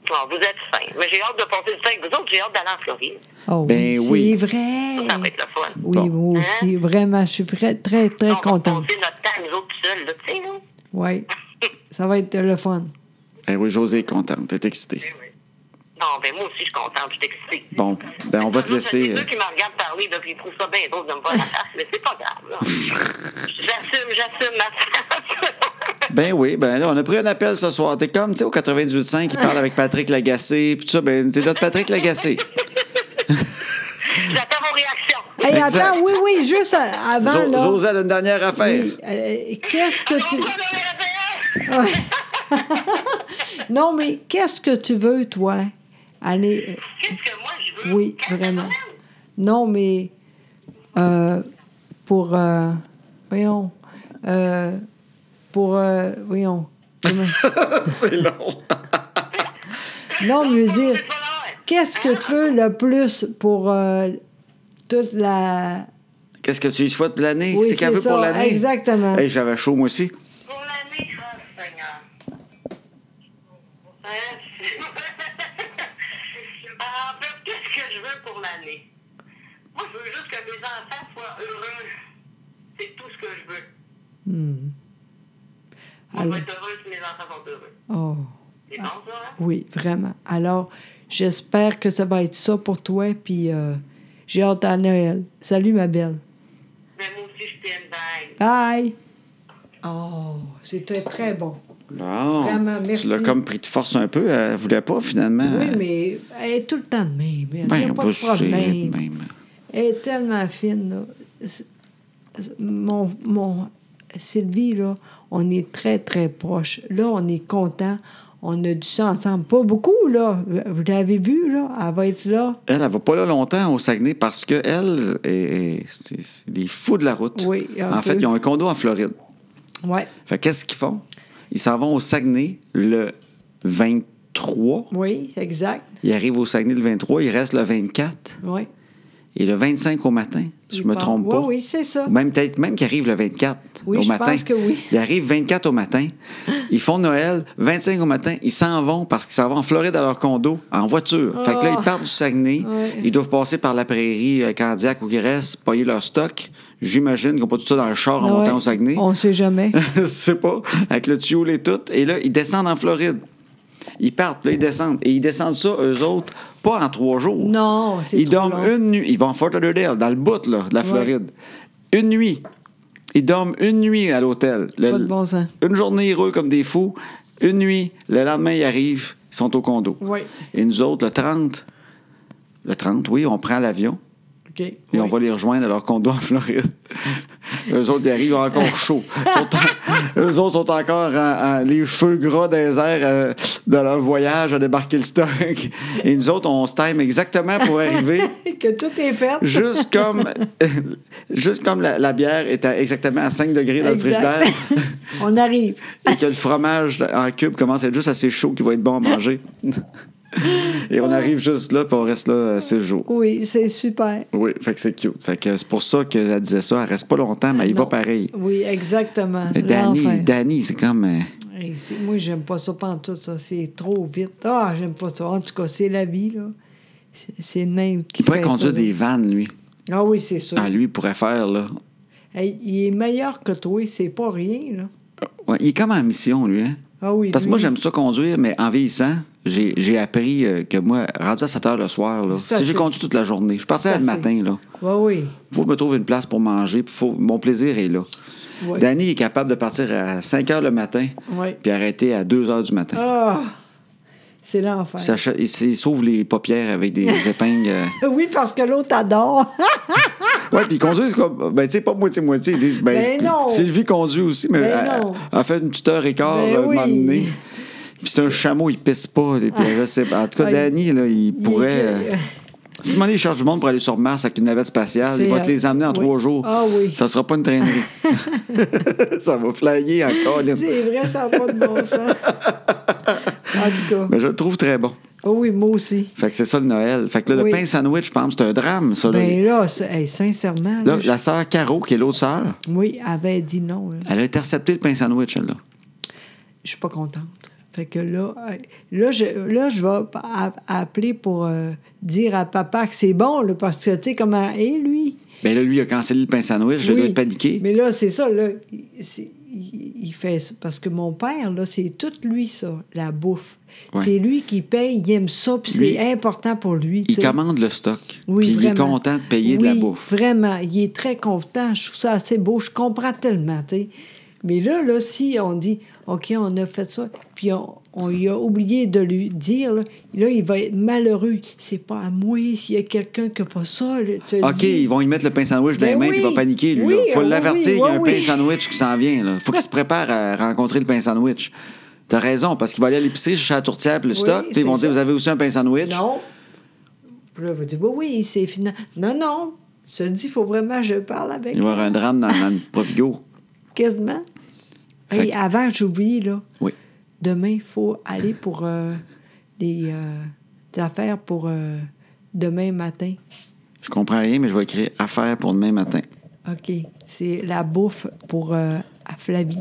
Speaker 4: Bon, vous êtes fins. Mais j'ai hâte de passer du temps avec vous autres. J'ai hâte d'aller en Floride.
Speaker 2: Oh,
Speaker 1: Ben oui.
Speaker 2: C'est
Speaker 4: Ça va
Speaker 2: vrai.
Speaker 4: être le fun.
Speaker 2: Oui,
Speaker 1: Bon.
Speaker 2: moi aussi. Vraiment, je suis vra- très, très
Speaker 4: On va
Speaker 2: contente.
Speaker 4: passer notre temps, nous autres, tout seuls, là, Ben tu sais, là.
Speaker 2: Oui. Ça va être le fun.
Speaker 1: Ben oui, José est contente, t'es excitée.
Speaker 4: Non, ben moi aussi, je suis contente, je suis excitée.
Speaker 1: Bon, ben on va te laisser.
Speaker 4: C'est
Speaker 1: euh,
Speaker 4: ceux qui me regardent parler, là, puis ils trouvent ça bien drôle de me voir la face, mais c'est pas grave. là. j'assume, j'assume ma face.
Speaker 1: Ben oui, ben là, on a pris un appel ce soir. T'es comme, tu sais, au 98.5, il parle avec Patrick Lagacé, puis tout ça, ben t'es notre Patrick Lagacé.
Speaker 4: J'attends vos réactions.
Speaker 2: Hey,
Speaker 1: Exact.
Speaker 2: attends, oui, oui, juste à- avant,
Speaker 1: Zo-
Speaker 2: là.
Speaker 1: José a une dernière affaire.
Speaker 2: Oui, euh, qu'est-ce que
Speaker 4: On va
Speaker 2: tu.
Speaker 4: donner la réponse.
Speaker 2: Non, mais qu'est-ce que tu veux, toi? Allez. euh,
Speaker 4: Qu'est-ce que moi, je veux?
Speaker 2: Oui,
Speaker 4: Qu'est-ce que
Speaker 2: vraiment.
Speaker 4: je veux?
Speaker 2: Non, mais. euh, pour. euh, voyons. euh, pour. euh, voyons. comment-
Speaker 1: C'est long.
Speaker 2: Non, mais je veux dire,
Speaker 4: C'est pas l'air.
Speaker 2: qu'est-ce que tu veux le plus pour euh, toute la.
Speaker 1: Qu'est-ce que tu lui souhaites pour l'année?
Speaker 2: Oui,
Speaker 1: c'est qu'elle
Speaker 2: c'est
Speaker 1: veut
Speaker 2: ça,
Speaker 1: pour l'année.
Speaker 2: exactement.
Speaker 1: Hey, J'avais chaud, moi aussi.
Speaker 4: Pour l'année, oh, Seigneur. Hein? en fait, qu'est-ce que je veux pour l'année? Moi, je veux juste que mes enfants soient heureux. C'est tout ce que je veux. Moi, je
Speaker 2: Alors-
Speaker 4: veux être heureux si mes enfants sont heureux.
Speaker 2: Oh,
Speaker 4: C'est bon, ça, hein?
Speaker 2: oui, vraiment. Alors, j'espère que ça va être ça pour toi, puis euh, j'ai hâte à Noël. Salut, ma belle.
Speaker 4: Mais Ben, moi aussi, je t'aime, bye.
Speaker 2: Bye! Oh, c'était très bon.
Speaker 1: Bon.
Speaker 2: Vraiment,
Speaker 1: Tu
Speaker 2: merci.
Speaker 1: l'as comme pris de force un peu. Elle voulait pas, finalement.
Speaker 2: Oui, mais elle est tout le temps de même. Elle
Speaker 1: Euh. Ben,
Speaker 2: n'y a pas
Speaker 1: bah,
Speaker 2: de
Speaker 1: c'est
Speaker 2: problème.
Speaker 1: même.
Speaker 2: Elle est tellement fine. là. C'est- c'est- Mon, mon Sylvie, là, on est très, très proches. Là, on est content. On a du ça ensemble. Pas beaucoup, là. Vous l'avez vu, là. Elle va être là.
Speaker 1: Elle, elle va pas là longtemps au Saguenay parce que elle, est- est- c'est c'est des fous de la route.
Speaker 2: Oui, un
Speaker 1: En
Speaker 2: peu.
Speaker 1: fait, ils ont un condo en Floride.
Speaker 2: Ouais.
Speaker 1: Fait que qu'est-ce qu'ils font? Ils s'en vont au Saguenay le 23.
Speaker 2: Oui, exact.
Speaker 1: Ils arrivent au Saguenay le 23. Ils restent le 24.
Speaker 2: Oui.
Speaker 1: Et le 25 au matin, si je me trompe pas.
Speaker 2: Oui, oui, c'est ça.
Speaker 1: Même peut-être même qu'ils arrivent le 24
Speaker 2: Oui,
Speaker 1: au
Speaker 2: je
Speaker 1: matin.
Speaker 2: pense que oui.
Speaker 1: Ils arrivent 24 au matin. Ils font Noël, 25 au matin, ils s'en vont parce qu'ils s'en vont en Floride à leur condo en voiture. Fait que là,
Speaker 2: Oh.
Speaker 1: ils partent du Saguenay.
Speaker 2: Ouais.
Speaker 1: Ils doivent passer par la prairie euh, Candiac où ils restent, payer leur stock. J'imagine qu'ils n'ont pas tout ça dans le char en
Speaker 2: Ah Ouais.
Speaker 1: montant au Saguenay.
Speaker 2: On sait jamais.
Speaker 1: Je sais pas, avec le tuyau, les tout. Et là, ils descendent en Floride. Ils partent, puis là, ils descendent. Et ils descendent ça, eux autres, pas en trois jours.
Speaker 2: Non, c'est
Speaker 1: Ils
Speaker 2: trop
Speaker 1: dorment
Speaker 2: long.
Speaker 1: une nuit. Ils vont en Fort Lauderdale, dans le bout là, de la Floride. Une nuit. Ils dorment une nuit à l'hôtel. Le-
Speaker 2: Pas de bon sens.
Speaker 1: Une journée, ils roulent comme des fous. Une nuit. Le lendemain, ils arrivent. Ils sont au condo.
Speaker 2: Oui.
Speaker 1: Et nous autres, le 30, le 30, oui, on prend l'avion.
Speaker 2: OK. Et
Speaker 1: Et on va les rejoindre à leur condo en Floride. eux autres, ils arrivent encore chauds. Ils sont en- eux autres sont encore en- en- les cheveux gras des airs euh, de leur voyage à débarquer le stock. Et nous autres, on se time exactement pour arriver,
Speaker 2: que tout est fait.
Speaker 1: juste comme, juste comme la, la bière est à exactement à 5 degrés dans
Speaker 2: Exact.
Speaker 1: le frigidaire
Speaker 2: on arrive.
Speaker 1: et que le fromage en cube commence à être juste assez chaud qu'il va être bon à manger. Et on arrive juste là, puis on reste là euh, six jours.
Speaker 2: Oui, c'est super.
Speaker 1: Oui, fait que c'est cute. Fait que c'est pour ça qu'elle disait ça. Elle reste pas longtemps, mais il va
Speaker 2: Non.
Speaker 1: pareil.
Speaker 2: Oui, exactement.
Speaker 1: Mais
Speaker 2: C'est
Speaker 1: Danny,
Speaker 2: l'enfer.
Speaker 1: Danny, c'est comme. euh,
Speaker 2: Hey, c'est- moi, j'aime pas ça, pas tout ça. C'est trop vite. Ah, j'aime pas ça. En tout cas, c'est la vie, là. C'est- C'est le même qui
Speaker 1: il pourrait
Speaker 2: fait ça,
Speaker 1: conduire
Speaker 2: là.
Speaker 1: des vannes, lui.
Speaker 2: Ah oui, c'est sûr.
Speaker 1: Ah, lui, il pourrait faire, là.
Speaker 2: Hey, il est meilleur que toi, c'est pas rien, là.
Speaker 1: Ouais, il est comme en mission, lui, hein?
Speaker 2: Ah oui.
Speaker 1: Parce que
Speaker 2: lui,
Speaker 1: moi, j'aime ça conduire, mais en vieillissant, j'ai j'ai appris euh, que moi, rendu à 7 h le soir, là,
Speaker 2: C'est
Speaker 1: si j'ai
Speaker 2: assez.
Speaker 1: conduit toute la journée, je partais
Speaker 2: C'est
Speaker 1: le
Speaker 2: assez.
Speaker 1: matin, là.
Speaker 2: Ouais, Ah oui,
Speaker 1: Faut que je me trouve une place pour manger, puis faut, mon plaisir est là.
Speaker 2: oui.
Speaker 1: Danny est capable de partir à 5 h le matin,
Speaker 2: Ouais.
Speaker 1: puis arrêter à 2 h du matin.
Speaker 2: Ah, c'est l'enfer.
Speaker 1: Il s'achète- Il s- il s'ouvre les paupières avec des, des épingles. euh,
Speaker 2: Oui, parce que l'autre adore.
Speaker 1: Ouais, puis ils conduisent comme. Ben, tu sais, pas moitié-moitié. Ils disent, ben.
Speaker 2: Ben
Speaker 1: puis
Speaker 2: non.
Speaker 1: Sylvie conduit aussi, mais
Speaker 2: Ben
Speaker 1: elle,
Speaker 2: non.
Speaker 1: elle fait une petite heure et quart,
Speaker 2: Ben
Speaker 1: là, à un
Speaker 2: oui.
Speaker 1: moment donné. Puis c'est un chameau, il pisse pas. et puis, je sais pas. En tout cas,
Speaker 2: Ah,
Speaker 1: Danny, là, il pourrait. euh, Si mon il charge du monde pour aller sur Mars avec une navette spatiale, il
Speaker 2: C'est,
Speaker 1: va te les
Speaker 2: euh,
Speaker 1: emmener en
Speaker 2: oui.
Speaker 1: trois jours.
Speaker 2: Ah oui.
Speaker 1: Ça sera pas une traînerie. ça va flyer encore.
Speaker 2: c'est vrai, ça n'a pas de bon sens. En tout cas.
Speaker 1: Mais je le trouve très bon.
Speaker 2: Ah oui, moi aussi.
Speaker 1: Fait que c'est ça le Noël. Fait que là,
Speaker 2: Oui.
Speaker 1: le pain sandwich, je pense, c'est un drame, ça. là.
Speaker 2: Ben là, c'est- hey, sincèrement, là,
Speaker 1: Là,
Speaker 2: je-
Speaker 1: la sœur Caro, qui est l'autre sœur,
Speaker 2: oui, elle avait dit non. là.
Speaker 1: elle a intercepté le pain sandwich, elle, là.
Speaker 2: je suis pas contente. Fait que là, euh, là, je, là, je vais a- appeler pour euh, dire à papa que c'est bon, là, parce que tu sais comment est lui.
Speaker 1: Ben là, lui, il a cancellé le pain sandwich, je
Speaker 2: Oui.
Speaker 1: dois être paniqué.
Speaker 2: Mais là, c'est ça, là. il- c'est- Il, il fait ça. Parce que mon père, là, c'est tout lui, ça, la bouffe.
Speaker 1: Ouais.
Speaker 2: C'est lui qui paye, il aime ça, puis
Speaker 1: Lui,
Speaker 2: c'est important pour lui. tu
Speaker 1: Il
Speaker 2: sais.
Speaker 1: commande le stock.
Speaker 2: Oui,
Speaker 1: puis il est
Speaker 2: vraiment.
Speaker 1: content de payer de la
Speaker 2: Oui,
Speaker 1: bouffe.
Speaker 2: Vraiment, il est très content. Je trouve ça assez beau. Je comprends tellement, tu sais. Mais là, là, si on dit, OK, on a fait ça, puis on, on y a oublié de lui dire, là, là, il va être malheureux. C'est pas à moi s'il y a quelqu'un qui n'a pas ça. là, tu le
Speaker 1: OK,
Speaker 2: dis.
Speaker 1: ils vont lui mettre le pain sandwich dans les
Speaker 2: Ben
Speaker 1: mains, puis il va
Speaker 2: oui.
Speaker 1: paniquer, lui.
Speaker 2: Oui, ah
Speaker 1: là. faut
Speaker 2: oui,
Speaker 1: l'avertir qu'il y a
Speaker 2: oui,
Speaker 1: un
Speaker 2: oui.
Speaker 1: pain sandwich qui s'en vient. Là. faut qu'il se prépare à rencontrer le pain sandwich. T'as raison, parce qu'il va aller à l'épicerie chercher la tourtière puis le
Speaker 2: Oui,
Speaker 1: stock, puis ils vont
Speaker 2: c'est
Speaker 1: dire
Speaker 2: ça.
Speaker 1: Vous avez aussi un pain sandwich
Speaker 2: Non. Puis là, il va dire, oui, oui, c'est final. Non, non. Je te dis, il faut vraiment que je parle avec
Speaker 1: Il va y avoir un drame dans, dans le profigo.
Speaker 2: quasiment.
Speaker 1: Fait
Speaker 2: Hey,
Speaker 1: que-
Speaker 2: avant, j'oublie, là.
Speaker 1: Oui.
Speaker 2: Demain, il faut aller pour euh, des, euh, des affaires pour euh, demain matin.
Speaker 1: Je comprends rien, mais je vais écrire affaires pour demain matin.
Speaker 2: OK. C'est la bouffe pour euh, à Flavie.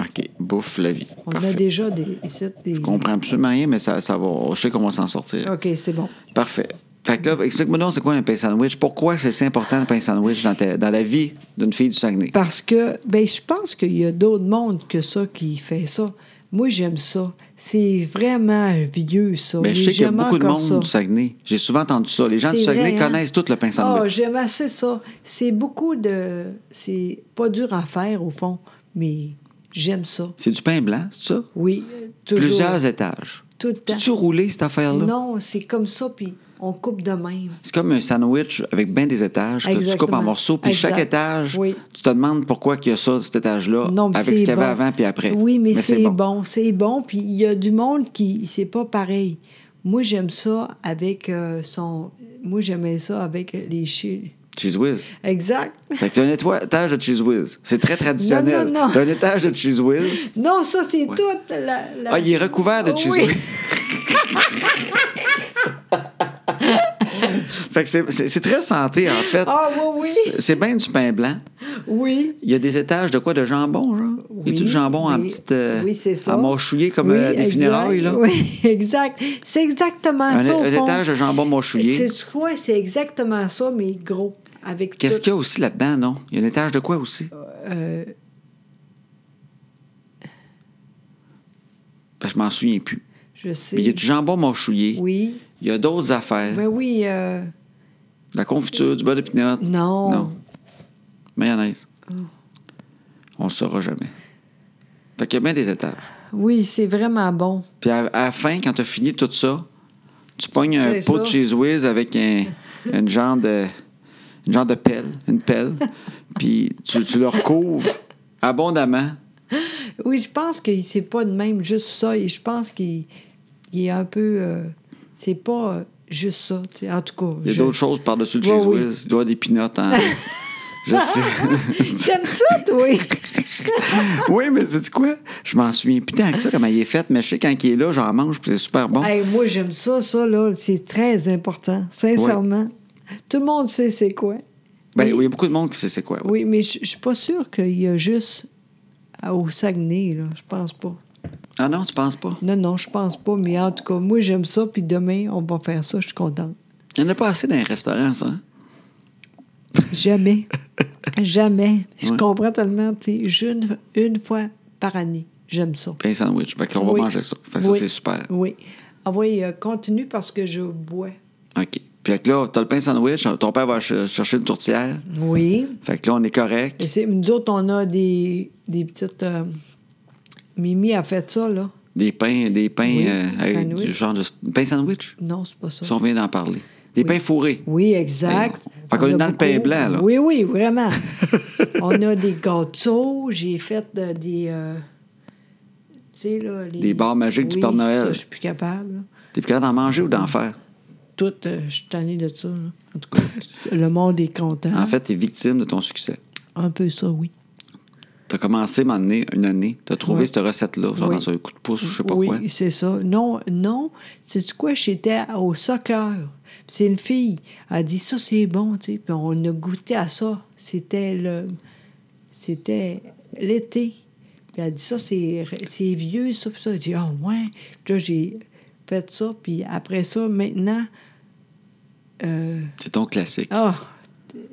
Speaker 1: OK. Bouffe la vie.
Speaker 2: On
Speaker 1: Parfait.
Speaker 2: a déjà des. ici, des-
Speaker 1: Je comprends absolument rien, mais ça, ça va. Je sais qu'on va s'en sortir.
Speaker 2: OK, c'est bon.
Speaker 1: Parfait. Fait que là, explique-moi donc, c'est quoi un pain sandwich? Pourquoi c'est si important le pain sandwich dans, ta- dans la vie d'une fille du Saguenay?
Speaker 2: Parce que, ben, je pense qu'il y a d'autres mondes que ça qui fait ça. Moi, j'aime ça. C'est vraiment vieux, ça.
Speaker 1: Ben, je
Speaker 2: Les
Speaker 1: sais qu'il y a
Speaker 2: gens
Speaker 1: beaucoup de
Speaker 2: encore
Speaker 1: monde
Speaker 2: ça.
Speaker 1: du Saguenay. J'ai souvent entendu ça. Les gens
Speaker 2: C'est
Speaker 1: du
Speaker 2: vrai,
Speaker 1: Saguenay
Speaker 2: hein?
Speaker 1: connaissent tout le pain
Speaker 2: Ah,
Speaker 1: sandwich.
Speaker 2: j'aime assez ça. C'est beaucoup de. C'est pas dur à faire, au fond, mais j'aime ça.
Speaker 1: c'est du pain blanc, c'est ça?
Speaker 2: Oui, toujours.
Speaker 1: Plusieurs étages.
Speaker 2: Tout le temps.
Speaker 1: Tu roulé cette affaire-là?
Speaker 2: Non, c'est comme ça, puis on coupe de même.
Speaker 1: C'est comme un sandwich avec bien des étages que tu coupes
Speaker 2: Exactement.
Speaker 1: en morceaux. Puis
Speaker 2: Exact.
Speaker 1: chaque étage,
Speaker 2: Oui.
Speaker 1: tu te demandes pourquoi il y a ça, cet étage-là,
Speaker 2: Non, mais
Speaker 1: Ah, avec ce
Speaker 2: c'est
Speaker 1: qu'il y avait
Speaker 2: bon.
Speaker 1: avant puis après.
Speaker 2: Oui, mais, c'est bon, c'est bon. Puis il y a du monde qui, c'est pas pareil. Moi, j'aime ça avec euh, son. Moi, j'aimais ça avec les chiens.
Speaker 1: Cheese Whiz.
Speaker 2: Exact.
Speaker 1: Fait que t'as un étage de Cheese Whiz. C'est très traditionnel.
Speaker 2: Non, non, non.
Speaker 1: T'as un étage de Cheese Whiz.
Speaker 2: Non, ça, c'est toute la, la-
Speaker 1: Ah, il est recouvert de
Speaker 2: Oui.
Speaker 1: cheese whiz. fait que c'est- c'est c'est très santé, en fait.
Speaker 2: Ah, oui, oui.
Speaker 1: C'est- C'est bien du pain blanc.
Speaker 2: Oui.
Speaker 1: Il y a des étages de quoi? De jambon, genre? Il y a
Speaker 2: Oui,
Speaker 1: du jambon en
Speaker 2: oui.
Speaker 1: petite... euh,
Speaker 2: Oui, c'est ça.
Speaker 1: En mâchouillé comme
Speaker 2: Oui,
Speaker 1: euh, des
Speaker 2: exact.
Speaker 1: funérailles, là.
Speaker 2: Oui, exact. C'est exactement
Speaker 1: Un,
Speaker 2: ça, au
Speaker 1: un
Speaker 2: fond.
Speaker 1: étage de jambon mâchouillé.
Speaker 2: C'est quoi? C'est exactement ça, mais gros. Avec
Speaker 1: Qu'est-ce
Speaker 2: tout.
Speaker 1: qu'il y a aussi là-dedans, non? Il y a un étage de quoi aussi?
Speaker 2: Euh,
Speaker 1: Ben, je m'en souviens plus.
Speaker 2: je sais.
Speaker 1: Mais il y a du jambon mâchouillé.
Speaker 2: Oui.
Speaker 1: Il y a d'autres affaires.
Speaker 2: Ben oui. euh,
Speaker 1: De La confiture, du beurre de pinot.
Speaker 2: Non.
Speaker 1: Non. Mayonnaise.
Speaker 2: Oh.
Speaker 1: On ne saura jamais. Fait qu'il y a bien des étages.
Speaker 2: Oui, c'est vraiment bon.
Speaker 1: Puis à, à la fin, quand tu as fini tout ça, tu pognes un
Speaker 2: C'est
Speaker 1: pot de
Speaker 2: ça.
Speaker 1: cheese whiz avec un, une genre de une genre de pelle, une pelle, puis tu, tu le recouvres abondamment.
Speaker 2: Oui, je pense que c'est pas de même juste ça. Et je pense qu'il il est un peu. euh, c'est pas euh, juste ça. tu sais. En tout cas.
Speaker 1: Il y a
Speaker 2: je-
Speaker 1: d'autres choses par-dessus le
Speaker 2: Ouais,
Speaker 1: cheese
Speaker 2: oui.
Speaker 1: whiz. Il doit y avoir des pinottes en... Je sais.
Speaker 2: J'aime ça, toi.
Speaker 1: oui, mais c'est quoi? Je m'en souviens plus tant que ça, comment il est fait, mais je sais quand il est là, j'en mange, puis c'est super bon.
Speaker 2: Hey, moi, j'aime ça, ça, là. C'est très important, sincèrement. Tout le monde sait c'est quoi.
Speaker 1: Ben,
Speaker 2: Mais-
Speaker 1: il y a beaucoup de monde qui sait c'est quoi.
Speaker 2: Oui, mais je je suis pas sûre qu'il y a juste à- au Saguenay, là. Je pense pas.
Speaker 1: Ah non, tu penses pas?
Speaker 2: Non, non, je pense pas. Mais en tout cas, moi, j'aime ça. Puis demain, on va faire ça. Je suis contente.
Speaker 1: Il n'y en a pas assez dans les restaurants, ça. hein?
Speaker 2: Jamais. Jamais. Je
Speaker 1: Ouais.
Speaker 2: comprends tellement. Tu sais, je- une, une fois par année. J'aime ça.
Speaker 1: Pain sandwich. Fait qu'on
Speaker 2: Oui.
Speaker 1: va manger ça. Fait que
Speaker 2: Oui.
Speaker 1: ça, c'est super.
Speaker 2: Oui. Ah oui, euh, continue parce que je bois.
Speaker 1: OK. Puis fait que là, t'as le pain sandwich, ton père va ch- chercher une tourtière.
Speaker 2: Oui.
Speaker 1: Fait que là, on est correct.
Speaker 2: Et c'est- nous autres, on a des, des petites. euh, Mimi a fait ça, là.
Speaker 1: Des pains, des pains
Speaker 2: Oui,
Speaker 1: euh, avec
Speaker 2: sandwich.
Speaker 1: du genre de. Pain sandwich?
Speaker 2: Non, c'est pas ça.
Speaker 1: Ça, on vient d'en parler. Des pains fourrés.
Speaker 2: Oui, exact.
Speaker 1: Ben, fait qu'on
Speaker 2: On
Speaker 1: est
Speaker 2: a
Speaker 1: dans le pain
Speaker 2: beaucoup-
Speaker 1: blanc, là.
Speaker 2: Oui, oui, vraiment. on a des gâteaux. J'ai fait euh, des. euh, tu sais, là. les-
Speaker 1: Des barres magiques du
Speaker 2: Oui,
Speaker 1: Père Noël.
Speaker 2: ça, Je suis plus capable. là.
Speaker 1: T'es plus capable d'en manger ou d'en faire?
Speaker 2: Tout, euh, je suis tannée de ça. là. En tout cas, le monde est content.
Speaker 1: En fait, t'es victime de ton succès.
Speaker 2: Un peu ça, oui.
Speaker 1: T'as commencé à m'amener une année. T'as trouvé
Speaker 2: Ouais.
Speaker 1: cette recette-là, genre
Speaker 2: Oui.
Speaker 1: dans un coup de pouce ou je sais pas
Speaker 2: oui,
Speaker 1: quoi.
Speaker 2: c'est ça. Non, non. C'est quoi? J'étais au soccer. Puis C'est une fille. Elle a dit ça, c'est bon, tu sais. Puis on a goûté à ça. C'était le. C'était l'été. Puis elle a dit ça, c'est c'est vieux, ça. Puis ça, j'ai dit, ah, ouais. Puis là, j'ai fait ça. Puis après ça, maintenant. euh,
Speaker 1: C'est ton classique.
Speaker 2: Ah!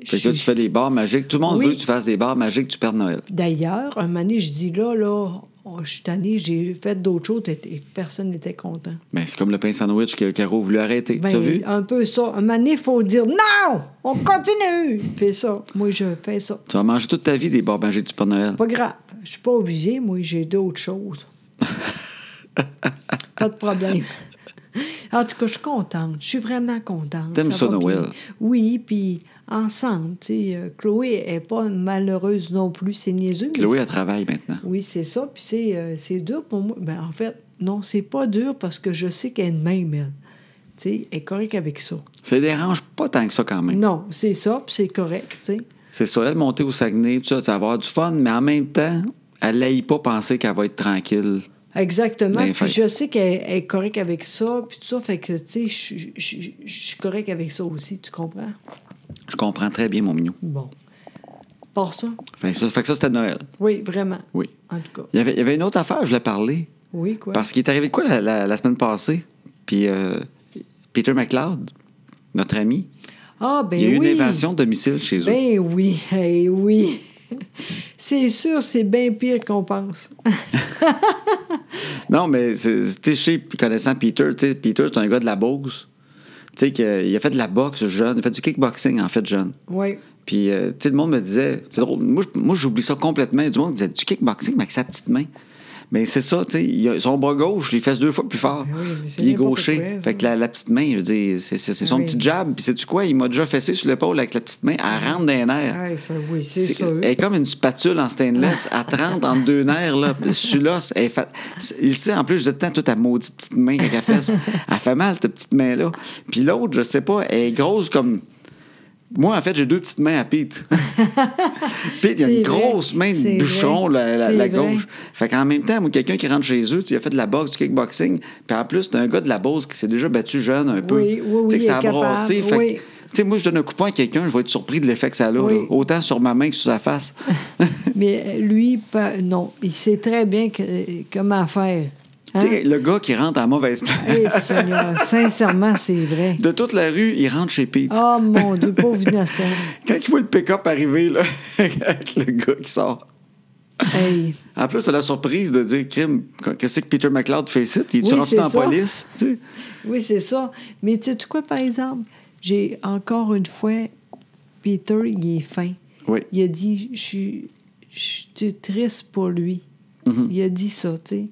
Speaker 1: Fait que là,
Speaker 2: j'ai-
Speaker 1: tu fais des barres magiques. Tout le monde
Speaker 2: Oui.
Speaker 1: veut que tu fasses des barres magiques du Père Noël.
Speaker 2: D'ailleurs, un moment donné, je dis là, là, oh, je suis tannée, j'ai fait d'autres choses et, et personne n'était content.
Speaker 1: Ben, c'est comme le pain sandwich que Caro voulait arrêter.
Speaker 2: Ben,
Speaker 1: T'as vu?
Speaker 2: Un peu ça. Un moment donné, il faut dire non, on continue. Fais ça. Moi, je fais ça.
Speaker 1: Tu vas manger toute ta vie des barres magiques du Père Noël.
Speaker 2: Pas grave. Je suis pas obligée, moi, j'ai d'autres choses. pas de problème. En tout cas, je suis contente. Je suis vraiment contente.
Speaker 1: T'aimes ça,
Speaker 2: va bien.
Speaker 1: Noël?
Speaker 2: Oui, puis ensemble, tu sais, euh, Chloé est pas malheureuse non plus, c'est niaiseux. mais
Speaker 1: Chloé, elle travaille maintenant.
Speaker 2: Oui, c'est ça. Puis c'est, euh, c'est dur pour moi. Ben, en fait, non, c'est pas dur parce que je sais qu'elle est de même, elle. Tu sais, elle est correcte avec ça.
Speaker 1: Ça les dérange pas tant que ça quand même.
Speaker 2: Non, c'est ça, puis c'est correct, tu sais.
Speaker 1: C'est ça, elle monter au Saguenay, tout ça, ça va avoir du fun, mais en même temps, elle n'aille pas penser qu'elle va être tranquille
Speaker 2: Exactement.
Speaker 1: Dans les
Speaker 2: Puis
Speaker 1: fêtes.
Speaker 2: je sais qu'elle elle est correcte avec ça, puis tout ça. Fait que, tu sais, je je- je- je suis correcte avec ça aussi, tu comprends?
Speaker 1: Je comprends très bien, mon minou.
Speaker 2: Bon. Pour ça?
Speaker 1: Fait que ça, fait que ça, c'était Noël.
Speaker 2: Oui, vraiment.
Speaker 1: Oui.
Speaker 2: En tout cas.
Speaker 1: Il y, avait, il y avait une autre affaire, je voulais parler.
Speaker 2: Oui, quoi.
Speaker 1: Parce qu'il est arrivé de quoi la, la- la semaine passée? Puis euh, Peter McLeod, notre ami,
Speaker 2: Ah, ben
Speaker 1: il y a eu
Speaker 2: oui.
Speaker 1: une évasion de domicile chez eux.
Speaker 2: Ben oui, eh oui. c'est sûr, c'est bien pire qu'on pense.
Speaker 1: Non, mais c'est- tu sais, je sais, puis connaissant Peter, tu sais, Peter, c'est un gars de la Beauce. Tu sais, que- il a fait de la boxe jeune, il a fait du kickboxing, en fait, jeune.
Speaker 2: oui.
Speaker 1: Puis, euh, tu sais, le monde me disait, c'est drôle, moi, je- moi, j'oublie ça complètement. Il y a Du monde qui disait du kickboxing, mais avec sa petite main. Mais c'est ça, tu sais, il a- son bras gauche, les fesses deux fois plus fort.
Speaker 2: Ben oui, mais c'est
Speaker 1: puis il est
Speaker 2: n'importe
Speaker 1: gaucher.
Speaker 2: quoi, ça.
Speaker 1: fait que la, la petite main, je veux dire, c'est c'est- c'est son
Speaker 2: Ah oui.
Speaker 1: petit jab. Puis, sais-tu quoi, il m'a déjà fessé sur l'épaule avec la petite main, à rentre d'un air.
Speaker 2: Ah, ça, oui, c'est
Speaker 1: C'est-
Speaker 2: sûr.
Speaker 1: Elle est comme une spatule en stainless à 30 entre deux nerfs. Là. Sur l'os, elle est fa- c'est- Il sait, en plus, je dis tant, toi, ta maudite petite main avec la fesse, elle fait mal, ta petite main-là. Puis l'autre, je sais pas, elle est grosse comme. Moi, en fait, j'ai deux petites mains à Pete. Pete, il a une
Speaker 2: C'est vrai.
Speaker 1: grosse main de
Speaker 2: C'est
Speaker 1: bûchon,
Speaker 2: vrai.
Speaker 1: la, la- la
Speaker 2: C'est vrai.
Speaker 1: gauche. Fait qu'en même temps, moi, quelqu'un qui rentre chez eux, tu sais, il a fait de la boxe, du kickboxing, puis en plus, t'as un gars de la Beauce qui s'est déjà battu jeune un peu.
Speaker 2: Oui, oui,
Speaker 1: Tu sais,
Speaker 2: oui,
Speaker 1: que ça
Speaker 2: il
Speaker 1: a
Speaker 2: est capable,
Speaker 1: brassé. Fait que-
Speaker 2: oui.
Speaker 1: tu sais, moi, je donne un coup de poing à quelqu'un, je vais être surpris de l'effet que ça a, là,
Speaker 2: Oui.
Speaker 1: là. autant sur ma main que sur sa face.
Speaker 2: Mais lui, pas- non, il sait très bien que- comment faire.
Speaker 1: Tu
Speaker 2: Hein?
Speaker 1: sais, le gars qui rentre en mauvaise place.
Speaker 2: Hey, Seigneur, sincèrement, c'est vrai.
Speaker 1: De toute la rue, il rentre chez Pete.
Speaker 2: Oh mon Dieu, pauvre innocent.
Speaker 1: Quand il voit le pick-up arriver, là, avec le gars qui sort.
Speaker 2: Hey.
Speaker 1: En plus, c'est la surprise de dire, crime, qu'est-ce que Peter McLeod fait ici? Il
Speaker 2: Oui,
Speaker 1: est rendu
Speaker 2: c'est
Speaker 1: dans la
Speaker 2: ça.
Speaker 1: police? Tu sais?
Speaker 2: Oui, c'est ça. Mais tu sais quoi, par exemple, j'ai encore une fois, Peter, il est fin.
Speaker 1: Oui.
Speaker 2: Il a dit, je suis- je suis triste pour lui.
Speaker 1: Mm-hmm.
Speaker 2: Il a dit ça, tu sais.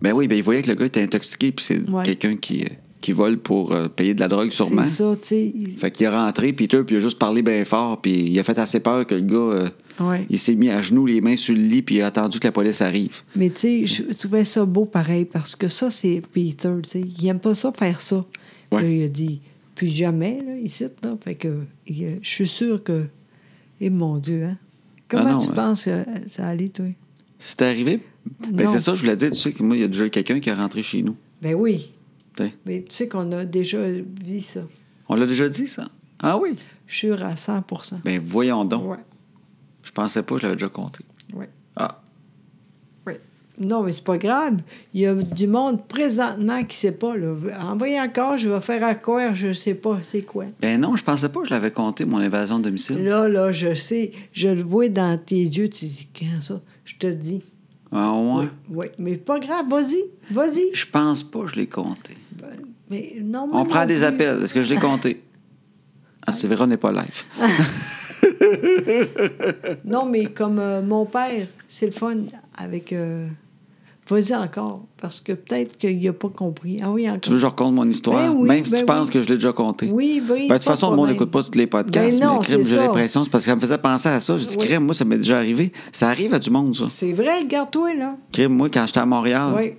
Speaker 1: Ben oui, ben, il voyait que le gars était intoxiqué, puis c'est
Speaker 2: Ouais.
Speaker 1: quelqu'un qui, euh, qui vole pour euh, payer de la drogue, sûrement.
Speaker 2: C'est ça, tu sais. il-
Speaker 1: Fait qu'il est rentré, Peter, puis il a juste parlé bien fort, puis il a fait assez peur que le gars, euh,
Speaker 2: Ouais.
Speaker 1: il s'est mis à genoux, les mains sur le lit, puis il a attendu que la police arrive.
Speaker 2: Mais tu sais, je trouvais ça beau pareil parce que ça, c'est Peter, tu sais. Il aime pas ça, faire ça.
Speaker 1: Ouais.
Speaker 2: Puis il a dit, plus jamais, là, ici, là. Fait que il, euh, je suis sûre que. Et mon Dieu, hein. Comment
Speaker 1: non,
Speaker 2: tu
Speaker 1: euh,
Speaker 2: penses que ça allait, toi?
Speaker 1: C'est arrivé? Ben
Speaker 2: Non.
Speaker 1: c'est ça, je voulais dire, tu sais que moi, il y a déjà quelqu'un qui est rentré chez nous.
Speaker 2: Ben oui.
Speaker 1: T'sais.
Speaker 2: Mais tu sais qu'on a déjà vu ça.
Speaker 1: On l'a déjà dit, ça? Ah oui?
Speaker 2: Je suis Sûre à 100
Speaker 1: Ben voyons donc.
Speaker 2: Ouais,
Speaker 1: Je pensais pas, je l'avais déjà compté.
Speaker 2: ouais,
Speaker 1: Ah,
Speaker 2: ouais. Non, mais c'est pas grave. Il y a du monde présentement qui sait pas. Là. Envoyez encore, je vais faire à quoi, je sais pas c'est quoi.
Speaker 1: ben non, je pensais pas, que je l'avais compté, mon évasion de domicile.
Speaker 2: Là, là, je sais, je le vois dans tes yeux, tu dis, quand ça? Je te dis.
Speaker 1: Ah ouais?
Speaker 2: Oui, mais pas grave, vas-y, vas-y.
Speaker 1: Je pense pas, que je l'ai compté.
Speaker 2: Ben, Mais non, moi
Speaker 1: On
Speaker 2: non
Speaker 1: prend des
Speaker 2: plus.
Speaker 1: appels. Est-ce que je l'ai compté? Ah, c'est Véron n'est pas live.
Speaker 2: Non, mais comme euh, mon père, c'est le fun avec. euh, vas-y encore, parce que peut-être qu'il n'a pas compris. Ah oui, encore.
Speaker 1: Tu veux que je raconte mon histoire?
Speaker 2: Ben oui,
Speaker 1: Même si
Speaker 2: ben
Speaker 1: tu
Speaker 2: oui.
Speaker 1: penses que je l'ai déjà compté.
Speaker 2: Oui, oui.
Speaker 1: Ben, de toute
Speaker 2: pas
Speaker 1: façon, le monde
Speaker 2: problème.
Speaker 1: n'écoute pas tous les podcasts,
Speaker 2: Ben non,
Speaker 1: mais crime,
Speaker 2: c'est
Speaker 1: j'ai
Speaker 2: ça.
Speaker 1: l'impression, c'est parce que ça me faisait penser à ça. J'ai dit,
Speaker 2: Oui.
Speaker 1: crime, moi, ça m'est déjà arrivé. Ça arrive à du monde, ça.
Speaker 2: C'est vrai, regarde-toi, là.
Speaker 1: Crime, moi, quand j'étais à Montréal,
Speaker 2: Oui.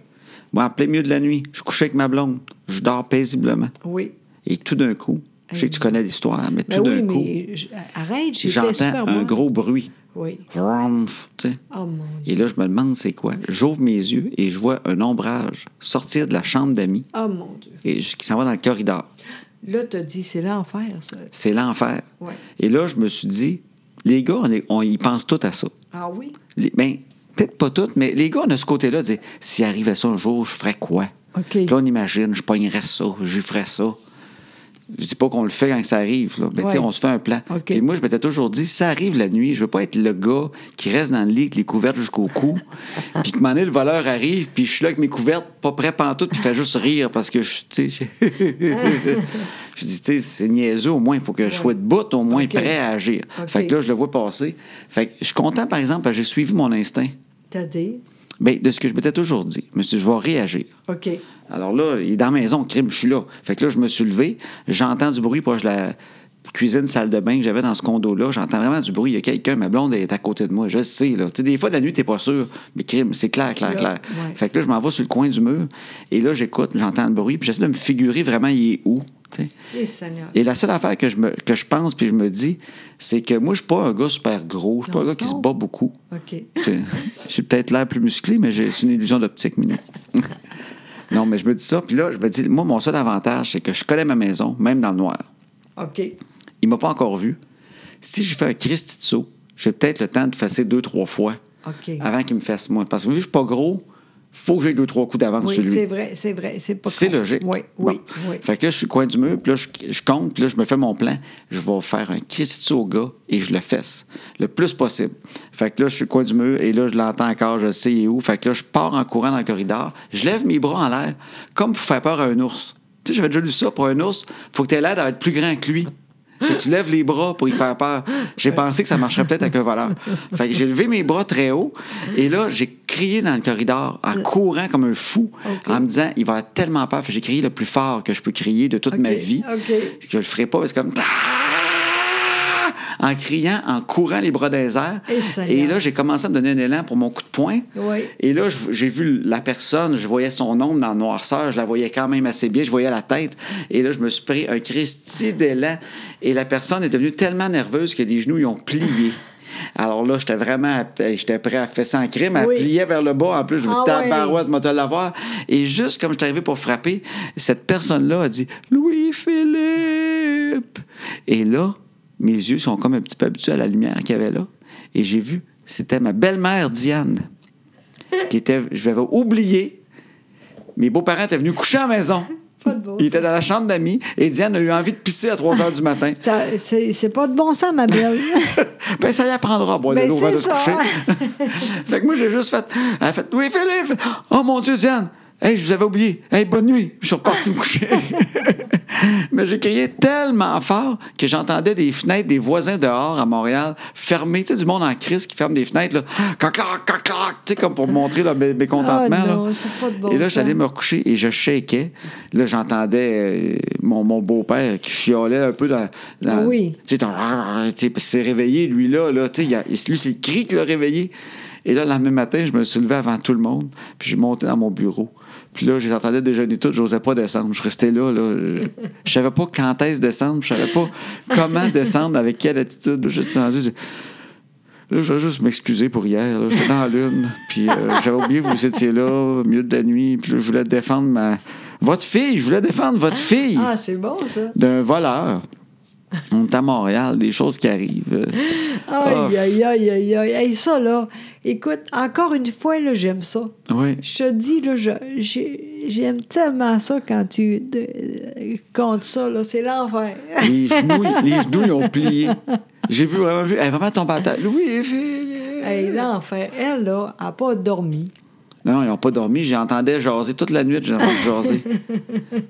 Speaker 1: moi, en plein milieu de la nuit, je couchais avec ma blonde, je dors paisiblement.
Speaker 2: Oui.
Speaker 1: Et tout d'un coup, je sais que tu connais l'histoire, mais
Speaker 2: Ben
Speaker 1: tout
Speaker 2: oui,
Speaker 1: d'un coup,
Speaker 2: mais j- arrête, j'étais super
Speaker 1: j'entends un
Speaker 2: bonne.
Speaker 1: gros bruit.
Speaker 2: Oui.
Speaker 1: Vromph, tu sais.
Speaker 2: Oh mon Dieu.
Speaker 1: Et là, je me demande c'est quoi. J'ouvre mes yeux et je vois un ombrage sortir de la chambre d'amis
Speaker 2: Oh mon Dieu.
Speaker 1: et je- qui s'en va dans le corridor.
Speaker 2: Là, t'as dit, c'est l'enfer, ça.
Speaker 1: C'est l'enfer.
Speaker 2: Ouais.
Speaker 1: Et là, je me suis dit, les gars, on, est- on y pense tout à ça.
Speaker 2: Ah oui?
Speaker 1: Les, ben, peut-être pas toutes, mais les gars, on a ce côté-là, de dire, s'il arrivait ça un jour, je ferais quoi?
Speaker 2: OK.
Speaker 1: Puis là, on imagine, je pognerais ça, je ferais ça. Je dis pas qu'on le fait quand ça arrive, là, mais tu sais,
Speaker 2: Ouais.
Speaker 1: on se fait un plan.
Speaker 2: OK.
Speaker 1: Puis moi, je m'étais toujours dit, si ça arrive la nuit, je veux pas être le gars qui reste dans le lit avec les couvertes jusqu'au cou, puis que m'en est, le voleur arrive, puis je suis là avec mes couvertes, pas prêt pantoute, puis il fait juste rire parce que je suis, tu sais, je dis, tu sais, c'est niaiseux, au moins, il faut que je sois debout, au moins
Speaker 2: OK.
Speaker 1: prêt à agir.
Speaker 2: OK.
Speaker 1: Fait que là, je le vois passer. Fait que je suis content, par exemple, parce que j'ai suivi mon instinct.
Speaker 2: T'as dit?
Speaker 1: Ben, de ce que je m'étais toujours dit. Je me suis dit, je vais réagir.
Speaker 2: OK.
Speaker 1: Alors là, il est dans la maison, crime, je suis là. Fait que là, je me suis levé, j'entends du bruit proche de la cuisine, salle de bain que j'avais dans ce condo-là. J'entends vraiment du bruit. Il y a quelqu'un, ma blonde est à côté de moi. Je le sais, là. Tu sais, des fois, la nuit, t'es pas sûr. Mais crime, c'est clair, clair,
Speaker 2: Là,
Speaker 1: clair.
Speaker 2: ouais.
Speaker 1: Fait que là, je m'en vais sur le coin du mur et là, j'écoute, j'entends le bruit, puis j'essaie de me figurer vraiment, il est où. tu sais.
Speaker 2: Et Eh, Seigneur.
Speaker 1: Et la seule affaire que je, me, que je pense puis je me dis, c'est que moi, je suis pas un gars super gros. Je suis pas un
Speaker 2: Non,
Speaker 1: gars qui se
Speaker 2: non.
Speaker 1: bat beaucoup.
Speaker 2: OK.
Speaker 1: C'est- J'ai peut-être l'air plus musclé, mais j'ai- c'est une illusion d'optique, minou. non, mais je me dis ça. Puis là, je me dis, moi, mon seul avantage, c'est que je connais ma maison, même dans le noir.
Speaker 2: OK.
Speaker 1: Il m'a pas encore vu. Si je fais un Christy de saut, j'ai peut-être le temps de fesser deux, trois fois
Speaker 2: OK.
Speaker 1: avant qu'il me fasse moins. Parce que vu que je suis pas gros, faut que j'ai deux, trois coups d'avance
Speaker 2: oui,
Speaker 1: sur lui.
Speaker 2: c'est vrai, c'est vrai. C'est pas
Speaker 1: C'est
Speaker 2: con.
Speaker 1: logique.
Speaker 2: Oui,
Speaker 1: Bon.
Speaker 2: oui, oui.
Speaker 1: Fait que là, je suis au coin du mur, puis là, je, je compte, puis là, je me fais mon plan. Je vais faire un Christy au gars et je le fesse le plus possible. Fait que là, je suis au coin du mur et là, je l'entends encore, je le sais il est où. Fait que là, je pars en courant dans le corridor. Je lève mes bras en l'air, comme pour faire peur à un ours. Tu sais, j'avais déjà lu ça pour un ours. Faut que tu aies l'air d'être plus grand que lui. Que tu lèves les bras pour y faire peur. J'ai pensé que ça marcherait peut-être avec un voleur. Fait que j'ai levé mes bras très haut et là, j'ai crié dans le corridor en courant comme un fou,
Speaker 2: Ok.
Speaker 1: en me disant, il va avoir tellement peur. Fait que J'ai crié le plus fort que je peux crier de toute
Speaker 2: Ok,
Speaker 1: ma vie.
Speaker 2: ok.
Speaker 1: Ce que je le ferai pas, mais c'est comme... En criant, en courant les bras dans les airs.
Speaker 2: Et Seigneur.
Speaker 1: Et là, j'ai commencé à me donner un élan pour mon coup de poing.
Speaker 2: Oui.
Speaker 1: Et là, je- j'ai vu la personne, je voyais son ombre dans le noirceur, je la voyais quand même assez bien, je voyais la tête. Et là, je me suis pris un Christi d'élan. Et la personne est devenue tellement nerveuse que les genoux, ils ont plié. Alors là, j'étais vraiment j'étais prêt à fesser en crime. Elle
Speaker 2: Oui.
Speaker 1: pliait vers le bas. En plus, je me
Speaker 2: Ah
Speaker 1: tabarouette, m'a te l'avoir. Et juste comme je suis arrivé pour frapper, cette personne-là a dit Louis-Philippe. Et là, mes yeux sont comme un petit peu habitués à la lumière qu'il y avait là. Et j'ai vu, c'était ma belle-mère Diane qui était, je l'avais oublié. Mes beaux-parents étaient venus coucher à la maison.
Speaker 2: Pas de beau
Speaker 1: Ils
Speaker 2: sens.
Speaker 1: étaient dans la chambre d'amis et Diane a eu envie de pisser à 3 heures du matin.
Speaker 2: Ça- C'est c'est pas de bon sens, ma belle.
Speaker 1: Ben, ça y apprendra à boire de
Speaker 2: Ben,
Speaker 1: l'eau avant
Speaker 2: c'est
Speaker 1: de se
Speaker 2: ça.
Speaker 1: coucher. fait que moi, j'ai juste fait. Elle a fait Oui, Philippe Oh mon Dieu, Diane Hey, je vous avais oublié. Hey, bonne nuit. Je suis reparti me coucher. Mais j'ai crié tellement fort que j'entendais des fenêtres des voisins dehors à Montréal fermer. Tu sais, du monde en crise qui ferme des fenêtres, là. Clac, clac, clac, clac. Tu sais, comme pour montrer leur bé- mécontentement.
Speaker 2: Ah non,
Speaker 1: là.
Speaker 2: c'est pas de bon
Speaker 1: et là,
Speaker 2: sens.
Speaker 1: j'allais me recoucher et je shakais. Là, j'entendais euh, mon, mon beau-père qui chiolait un peu dans. dans-
Speaker 2: Oui.
Speaker 1: tu sais, t'as- tu sais, puis c'est réveillé, lui, là. là tu sais, il a- lui, c'est le cri qui l'a réveillé. Et là, le lendemain matin, je me suis levé avant tout le monde, puis j'ai monté dans mon bureau. Puis là, je les entendais déjeuner toutes, je n'osais pas descendre. Je restais là, là. Je- Je savais pas quand est-ce descendre, je savais pas comment descendre, avec quelle attitude. J'ai juste entendu, je- Là, je vais juste m'excuser pour hier. là. J'étais dans la lune, puis euh, j'avais oublié que vous étiez là, au milieu de la nuit, puis là, je voulais défendre ma... Votre fille! Je voulais défendre votre fille!
Speaker 2: Ah, c'est bon, ça.
Speaker 1: d'un voleur. On est à Montréal, des choses qui arrivent.
Speaker 2: Aïe, aïe, aïe, aïe, aïe. Hey, ça, là, écoute, encore une fois, là, j'aime ça.
Speaker 1: Ah, Oui.
Speaker 2: Je te dis, là, je- j'ai- j'aime tellement ça quand tu de- comptes ça, là. C'est l'enfer.
Speaker 1: Les genoux, les genoux, ils ont plié. J'ai vu vraiment vu. Elle est vraiment tombée à terre. Louis, Philippe.
Speaker 2: Hey, l'enfer. Elle, là, a pas dormi.
Speaker 1: Non, non, ils n'ont pas dormi. J'entendais jaser toute la nuit. J'entendais jaser.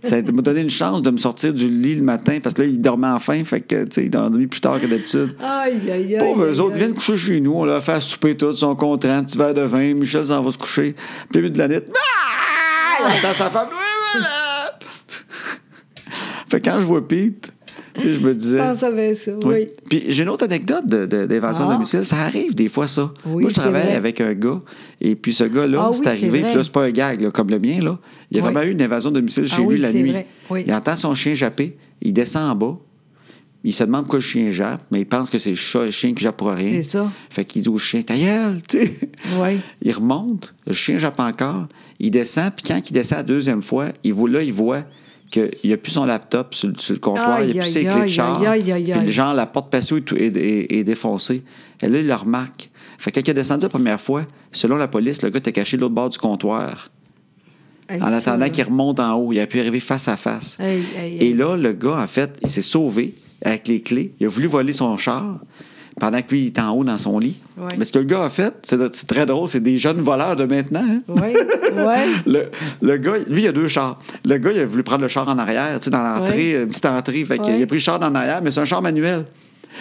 Speaker 1: Ça a été- m'a donné une chance de me sortir du lit le matin parce que là, ils dormaient enfin. Fait que, tu sais, ils dormaient plus tard que d'habitude.
Speaker 2: Aïe, aïe, aïe.
Speaker 1: Pauvres
Speaker 2: aïe,
Speaker 1: eux autres, ils
Speaker 2: aïe.
Speaker 1: viennent coucher chez nous, on leur fait à souper tout, ils sont contents, petit verre de vin, Michel s'en va se coucher. Puis au milieu de la nuit, ah! il entend sa femme, oui, voilà! fait que quand je vois Pete, tu sais, je me disais.
Speaker 2: Je pense avec ça, oui.
Speaker 1: Oui. Puis j'ai une autre anecdote de- de- d'évasion
Speaker 2: Ah.
Speaker 1: de domicile. Ça arrive des fois, ça.
Speaker 2: Oui,
Speaker 1: Moi, je
Speaker 2: c'est
Speaker 1: travaille
Speaker 2: vrai.
Speaker 1: avec un gars, et puis ce gars-là,
Speaker 2: Ah oui,
Speaker 1: c'est
Speaker 2: c'est
Speaker 1: arrivé,
Speaker 2: vrai.
Speaker 1: puis là, c'est pas un gag là, comme le mien. Là. Il y a
Speaker 2: Oui.
Speaker 1: vraiment eu une évasion de domicile chez
Speaker 2: Ah oui,
Speaker 1: lui la
Speaker 2: c'est
Speaker 1: nuit.
Speaker 2: vrai. Oui.
Speaker 1: Il entend son chien japper, il descend en bas, il se demande pourquoi le chien jappe, mais il pense que c'est le chat et le chien qui jappe pour rien.
Speaker 2: C'est ça.
Speaker 1: Fait qu'il dit au chien, ta gueule, tu sais.
Speaker 2: Oui.
Speaker 1: Il remonte, le chien jappe encore, il descend, puis quand il descend la deuxième fois, il voit, là, il voit qu'il n'y a plus son laptop sur, le- sur le comptoir, il n'y a
Speaker 2: Aïe,
Speaker 1: plus ses
Speaker 2: aïe,
Speaker 1: clés de
Speaker 2: aïe,
Speaker 1: char.
Speaker 2: aïe, aïe, aïe,
Speaker 1: Puis
Speaker 2: aïe.
Speaker 1: genre, la porte patio est, tout- est- est- est défoncée. Et là, il le remarque. Fait que quand il est descendu la première fois, selon la police, le gars était caché de l'autre bord du comptoir.
Speaker 2: Hey,
Speaker 1: En
Speaker 2: ça,
Speaker 1: attendant
Speaker 2: là.
Speaker 1: qu'il remonte en haut, il a pu arriver face à face.
Speaker 2: Aïe, aïe, aïe.
Speaker 1: Et là, le gars, en fait, il s'est sauvé avec les clés. Il a voulu voler son char pendant que lui, il était en haut dans son lit.
Speaker 2: Ouais.
Speaker 1: Mais ce que le gars a fait, c'est c'est très drôle, c'est des jeunes voleurs de maintenant. hein.
Speaker 2: Oui, oui.
Speaker 1: Le, le gars, lui, il a deux chars. Le gars, il a voulu prendre le char en arrière, tu sais, dans l'entrée, une petite entrée. Fait qu'il
Speaker 2: Ouais.
Speaker 1: a pris le char en arrière, mais c'est un char manuel.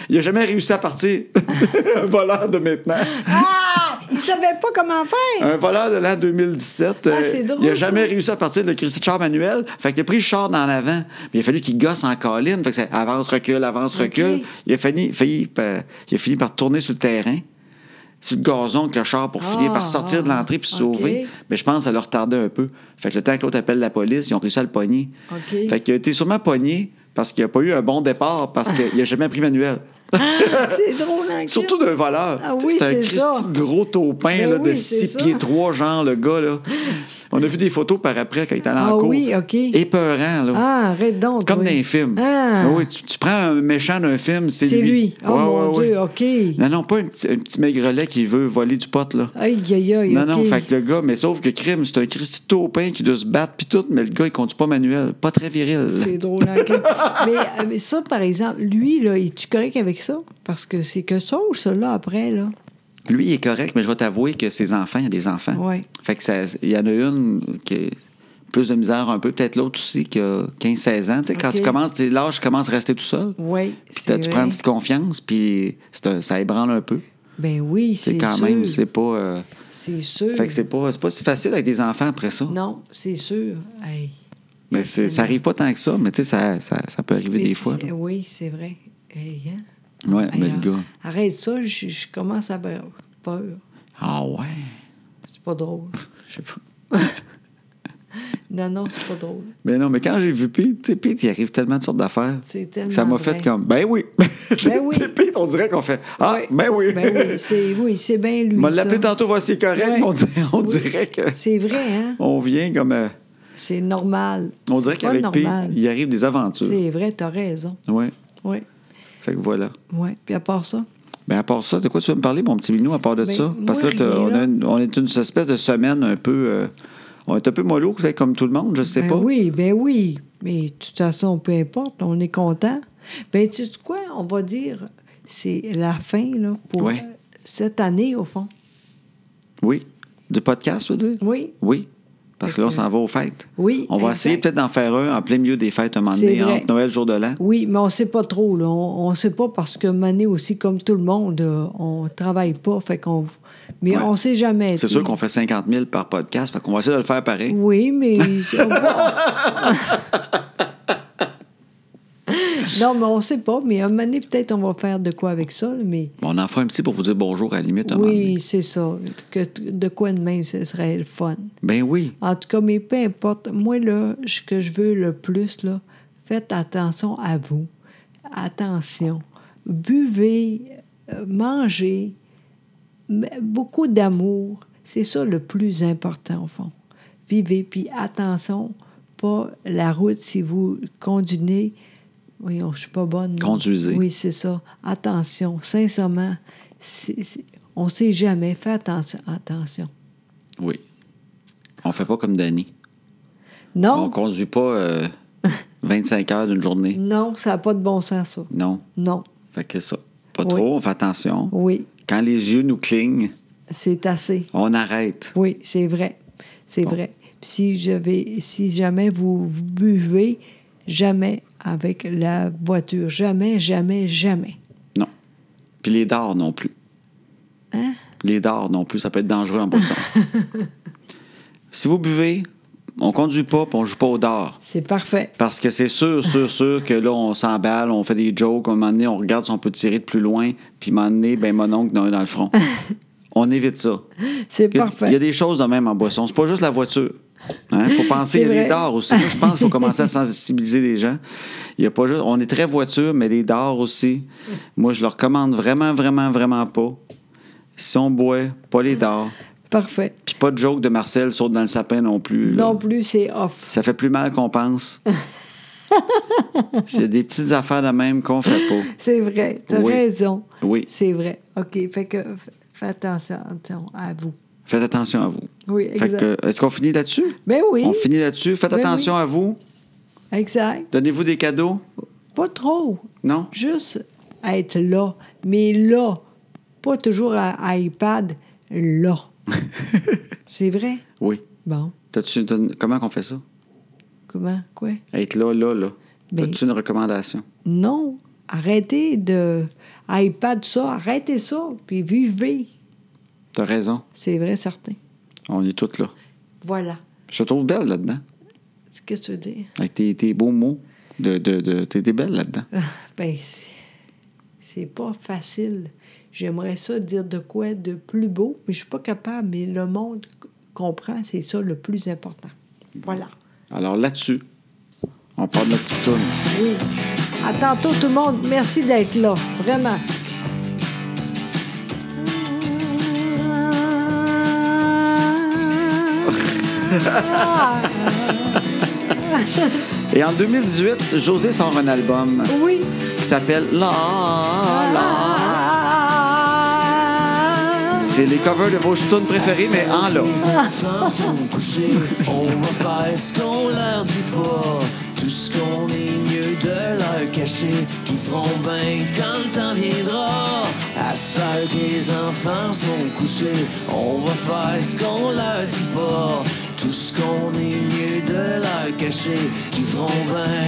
Speaker 1: Il n'a jamais réussi à partir. un voleur de maintenant.
Speaker 2: Ah! Il savait pas comment faire.
Speaker 1: Un voleur de l'an 2017.
Speaker 2: Ah,
Speaker 1: euh,
Speaker 2: c'est drôle,
Speaker 1: il n'a
Speaker 2: ça.
Speaker 1: jamais réussi à partir de Christy Char manuel. Fait qu'il a pris le char dans l'avant. Mais il a fallu qu'il gosse en colline. Fait que ça avance, recule, avance,
Speaker 2: Ok.
Speaker 1: recule. Il a, fini, failli par- il a fini par tourner sur le terrain, sur le gazon avec le char pour finir
Speaker 2: Ah,
Speaker 1: par sortir de l'entrée puis se
Speaker 2: ok.
Speaker 1: sauver. Mais je pense que ça l'a retardé un peu. Fait que le temps que l'autre appelle la police, ils ont réussi à le pogner.
Speaker 2: Ok.
Speaker 1: Fait qu'il a été sûrement pogné parce qu'il n'y a pas eu un bon départ, parce qu'il n'a jamais pris manuel.
Speaker 2: c'est drôle, hein,
Speaker 1: Surtout d'un voleur.
Speaker 2: Ah
Speaker 1: Tu sais,
Speaker 2: oui,
Speaker 1: c'est un
Speaker 2: c'est ça.
Speaker 1: Christy de gros taupin
Speaker 2: Ben
Speaker 1: là, de
Speaker 2: oui,
Speaker 1: 6
Speaker 2: c'est ça.
Speaker 1: pieds 3, genre, le gars. Là. On a vu des photos par après quand il était allé en
Speaker 2: Ah
Speaker 1: cours.
Speaker 2: oui, OK.
Speaker 1: Épeurant, là.
Speaker 2: Ah, arrête donc.
Speaker 1: Comme
Speaker 2: oui.
Speaker 1: dans les films.
Speaker 2: Ah.
Speaker 1: Ah Oui, tu, tu prends un méchant d'un film, c'est
Speaker 2: C'est
Speaker 1: lui.
Speaker 2: lui. Oh
Speaker 1: Ouais,
Speaker 2: mon
Speaker 1: ouais,
Speaker 2: Dieu,
Speaker 1: ouais.
Speaker 2: OK. Aïe,
Speaker 1: Non, non, pas un petit, un petit maigrelet qui veut voler du pot, là.
Speaker 2: aïe, aïe.
Speaker 1: Non,
Speaker 2: OK.
Speaker 1: non, fait que le gars, mais sauf que crime, c'est un Christy taupin qui doit se battre, puis tout, mais le gars, il conduit pas manuel. Pas très viril.
Speaker 2: C'est drôle. hein, que- mais, euh, mais ça, par exemple, lui, là, es-tu correct avec ça? Parce que c'est que ça ou ça, là, après, là?
Speaker 1: Lui, il est correct, mais je vais t'avouer que ses enfants, il y a des enfants.
Speaker 2: Ouais.
Speaker 1: Fait que ça- il y en a une qui est plus de misère un peu, peut-être l'autre aussi qui a 15-16 ans. Tu sais, quand
Speaker 2: OK.
Speaker 1: tu commences, tu sais, l'âge commence à rester tout seul.
Speaker 2: Oui,
Speaker 1: Puis t'as-
Speaker 2: c'est
Speaker 1: tu
Speaker 2: vrai.
Speaker 1: prends une petite confiance, puis c'est un- ça ébranle un peu.
Speaker 2: Ben oui,
Speaker 1: C'est
Speaker 2: c'est
Speaker 1: quand
Speaker 2: sûr.
Speaker 1: même, c'est pas. euh,
Speaker 2: C'est sûr.
Speaker 1: Fait que c'est pas, c'est pas si facile avec des enfants après ça.
Speaker 2: Non, c'est sûr. Hey.
Speaker 1: mais c'est- ça arrive pas tant que ça, mais tu sais, ça, ça, ça peut arriver
Speaker 2: Mais
Speaker 1: des
Speaker 2: c'est-
Speaker 1: fois. là.
Speaker 2: Oui, c'est vrai. Hey, hein?
Speaker 1: Ouais, mais
Speaker 2: Hey,
Speaker 1: le
Speaker 2: euh,
Speaker 1: gars.
Speaker 2: Arrête ça, je, je commence à avoir peur.
Speaker 1: Ah ouais.
Speaker 2: C'est pas drôle.
Speaker 1: Je sais pas.
Speaker 2: Non, non, c'est pas drôle.
Speaker 1: Mais non, mais quand j'ai vu Pete, tu sais, Pete, il arrive tellement de sortes d'affaires.
Speaker 2: C'est
Speaker 1: que
Speaker 2: tellement
Speaker 1: Ça m'a
Speaker 2: vrai.
Speaker 1: fait comme, ben oui.
Speaker 2: Ben oui.
Speaker 1: Tu sais, Pete, on dirait qu'on fait, ah,
Speaker 2: Ouais.
Speaker 1: ben oui.
Speaker 2: Ben oui, c'est oui, c'est bien lui.
Speaker 1: On m'a
Speaker 2: ça.
Speaker 1: l'appelé tantôt, voici correct,
Speaker 2: Ouais.
Speaker 1: mais on dirait, on
Speaker 2: Oui.
Speaker 1: dirait que
Speaker 2: C'est vrai, hein?
Speaker 1: on vient comme. euh,
Speaker 2: C'est normal.
Speaker 1: on
Speaker 2: C'est
Speaker 1: dirait
Speaker 2: pas
Speaker 1: qu'avec Pete,
Speaker 2: normal.
Speaker 1: il arrive des aventures.
Speaker 2: C'est vrai, t'as raison.
Speaker 1: Ouais.
Speaker 2: Oui,
Speaker 1: Fait que voilà.
Speaker 2: oui. Puis à part ça,
Speaker 1: Mais à part ça, de quoi tu veux me parler, mon petit minou, à part de
Speaker 2: Ben,
Speaker 1: ça? Parce que
Speaker 2: moi,
Speaker 1: là, t'as-
Speaker 2: rien,
Speaker 1: on, a
Speaker 2: là.
Speaker 1: une- on est une espèce de semaine un peu. euh, on est un peu mollo, peut-être comme tout le monde, je sais
Speaker 2: ben
Speaker 1: pas.
Speaker 2: oui, ben oui. Mais de toute façon, peu importe, on est content. Ben, tu sais quoi, on va dire, c'est la fin, là, pour
Speaker 1: Ouais.
Speaker 2: euh, cette année, au fond.
Speaker 1: Oui. Du podcast, tu veux dire?
Speaker 2: Oui,
Speaker 1: Oui. Parce
Speaker 2: Fait
Speaker 1: que là, on
Speaker 2: que-
Speaker 1: s'en va aux fêtes.
Speaker 2: Oui,
Speaker 1: On va
Speaker 2: exact.
Speaker 1: essayer peut-être d'en faire un en plein milieu des fêtes un moment
Speaker 2: C'est
Speaker 1: donné,
Speaker 2: vrai.
Speaker 1: entre Noël, jour de l'an.
Speaker 2: oui, mais on sait pas trop, là. On, ne sait pas parce que Mané aussi, comme tout le monde, euh, on travaille pas, fait qu'on... Mais
Speaker 1: Ouais.
Speaker 2: on sait jamais.
Speaker 1: C'est
Speaker 2: tu
Speaker 1: sûr
Speaker 2: sais.
Speaker 1: qu'on fait 50 000 par podcast, fait qu'on va essayer de le faire pareil.
Speaker 2: Oui, mais. on va- non, mais on sait pas. Mais un moment donné, peut-être on va faire de quoi avec ça. là, Mais
Speaker 1: Bon, on en fait un petit pour vous dire bonjour à la limite un moment donné.
Speaker 2: oui, c'est ça. Que t- de quoi de même, ce serait le fun.
Speaker 1: Ben oui.
Speaker 2: En tout cas, mais peu importe. Moi, là, ce que je veux le plus, là, faites attention à vous. Attention. Buvez, euh, mangez, mais beaucoup d'amour. C'est ça le plus important, au fond. Vivez, puis attention, pas la route si vous conduisez. Voyons, je suis pas bonne. moi.
Speaker 1: Conduisez.
Speaker 2: Oui, c'est ça. Attention, sincèrement, c'est- c'est- on sait jamais. Faites attention. attention.
Speaker 1: Oui. On fait pas comme Danny.
Speaker 2: Non,
Speaker 1: On conduit pas euh, 25 heures d'une journée.
Speaker 2: non, ça n'a pas de bon sens, ça.
Speaker 1: Non.
Speaker 2: Non,
Speaker 1: Fait que c'est ça. Pas
Speaker 2: Oui.
Speaker 1: trop, on fait attention.
Speaker 2: oui,
Speaker 1: Quand les yeux nous clignent,
Speaker 2: c'est assez.
Speaker 1: on arrête.
Speaker 2: Oui, c'est vrai. C'est vrai. Puis Si, je vais, si jamais vous, vous buvez, jamais avec la voiture. Jamais, jamais, jamais.
Speaker 1: Non. Puis les dards non plus.
Speaker 2: Hein?
Speaker 1: Les dards non plus, ça peut être dangereux en boisson. si vous buvez, on conduit pas, puis on joue pas aux dards.
Speaker 2: C'est parfait.
Speaker 1: Parce que c'est sûr, sûr, sûr que là, on s'emballe, on fait des jokes, à un moment donné, on regarde si on peut tirer de plus loin, puis à un moment donné, ben, mon oncle en a un dans le front. On évite ça.
Speaker 2: C'est
Speaker 1: Il y a- Il y
Speaker 2: parfait.
Speaker 1: a des choses de même en boisson. C'est pas juste la voiture. Il faut penser, il
Speaker 2: C'est
Speaker 1: y a
Speaker 2: vrai.
Speaker 1: les dards aussi. Moi, je pense qu'il faut commencer à sensibiliser les gens. Il y a pas juste, on est très voiture, mais les dards aussi. Moi, je leur recommande vraiment, vraiment, vraiment pas. Si on boit, pas les dards.
Speaker 2: Parfait.
Speaker 1: Puis pas de joke de Marcel saute dans le sapin non plus. là.
Speaker 2: Non plus, c'est off.
Speaker 1: Ça fait plus mal qu'on pense. C'est des petites affaires de même qu'on fait pas.
Speaker 2: C'est vrai. Tu as
Speaker 1: Oui.
Speaker 2: raison.
Speaker 1: Oui.
Speaker 2: C'est vrai. OK. Fait que f- faites attention à vous.
Speaker 1: Faites attention à vous.
Speaker 2: Oui,
Speaker 1: Fait
Speaker 2: exact.
Speaker 1: que, est-ce qu'on finit là-dessus?
Speaker 2: Ben oui,
Speaker 1: On finit là-dessus. Faites
Speaker 2: Ben
Speaker 1: attention à vous.
Speaker 2: exact.
Speaker 1: Donnez-vous des cadeaux.
Speaker 2: Pas trop.
Speaker 1: Non?
Speaker 2: Juste être là, mais là, pas toujours à, à iPad, là. c'est vrai?
Speaker 1: Oui.
Speaker 2: Bon,
Speaker 1: T'as-tu une- comment qu'on fait ça?
Speaker 2: comment? Quoi?
Speaker 1: Être là, là, là.
Speaker 2: Ben-
Speaker 1: As-tu une recommandation?
Speaker 2: Non, arrêtez de iPad ça, arrêtez ça, puis vivez.
Speaker 1: T'as raison.
Speaker 2: C'est vrai, certain.
Speaker 1: On est toutes là.
Speaker 2: Voilà.
Speaker 1: Je te trouve belle là-dedans.
Speaker 2: Qu'est-ce que tu veux dire?
Speaker 1: Avec tes, tes beaux mots. De, de, de- t'es t'es belle là-dedans.
Speaker 2: Ah, ben, c'est- c'est pas facile. J'aimerais ça dire de quoi de plus beau, mais je suis pas capable, mais le monde c- comprend, c'est ça le plus important. Voilà.
Speaker 1: Alors là-dessus, On part de notre petite toune.
Speaker 2: Oui. À tantôt, tout le monde. Merci d'être là. Vraiment.
Speaker 1: Et en 2018, José sort un album
Speaker 2: Oui.
Speaker 1: qui s'appelle La
Speaker 2: Ah.
Speaker 1: La. C'est les covers de vos tunes préférées, mais en là.
Speaker 3: Les enfants sont couchés, on va faire ce qu'on leur dit pas. Tout ce qu'on est mieux de leur cacher, qui feront bien quand le temps viendra. À cette heure que les enfants sont couchés, on va faire ce qu'on leur dit pas. Tout ce qu'on est mieux de leur cacher, qui feront bien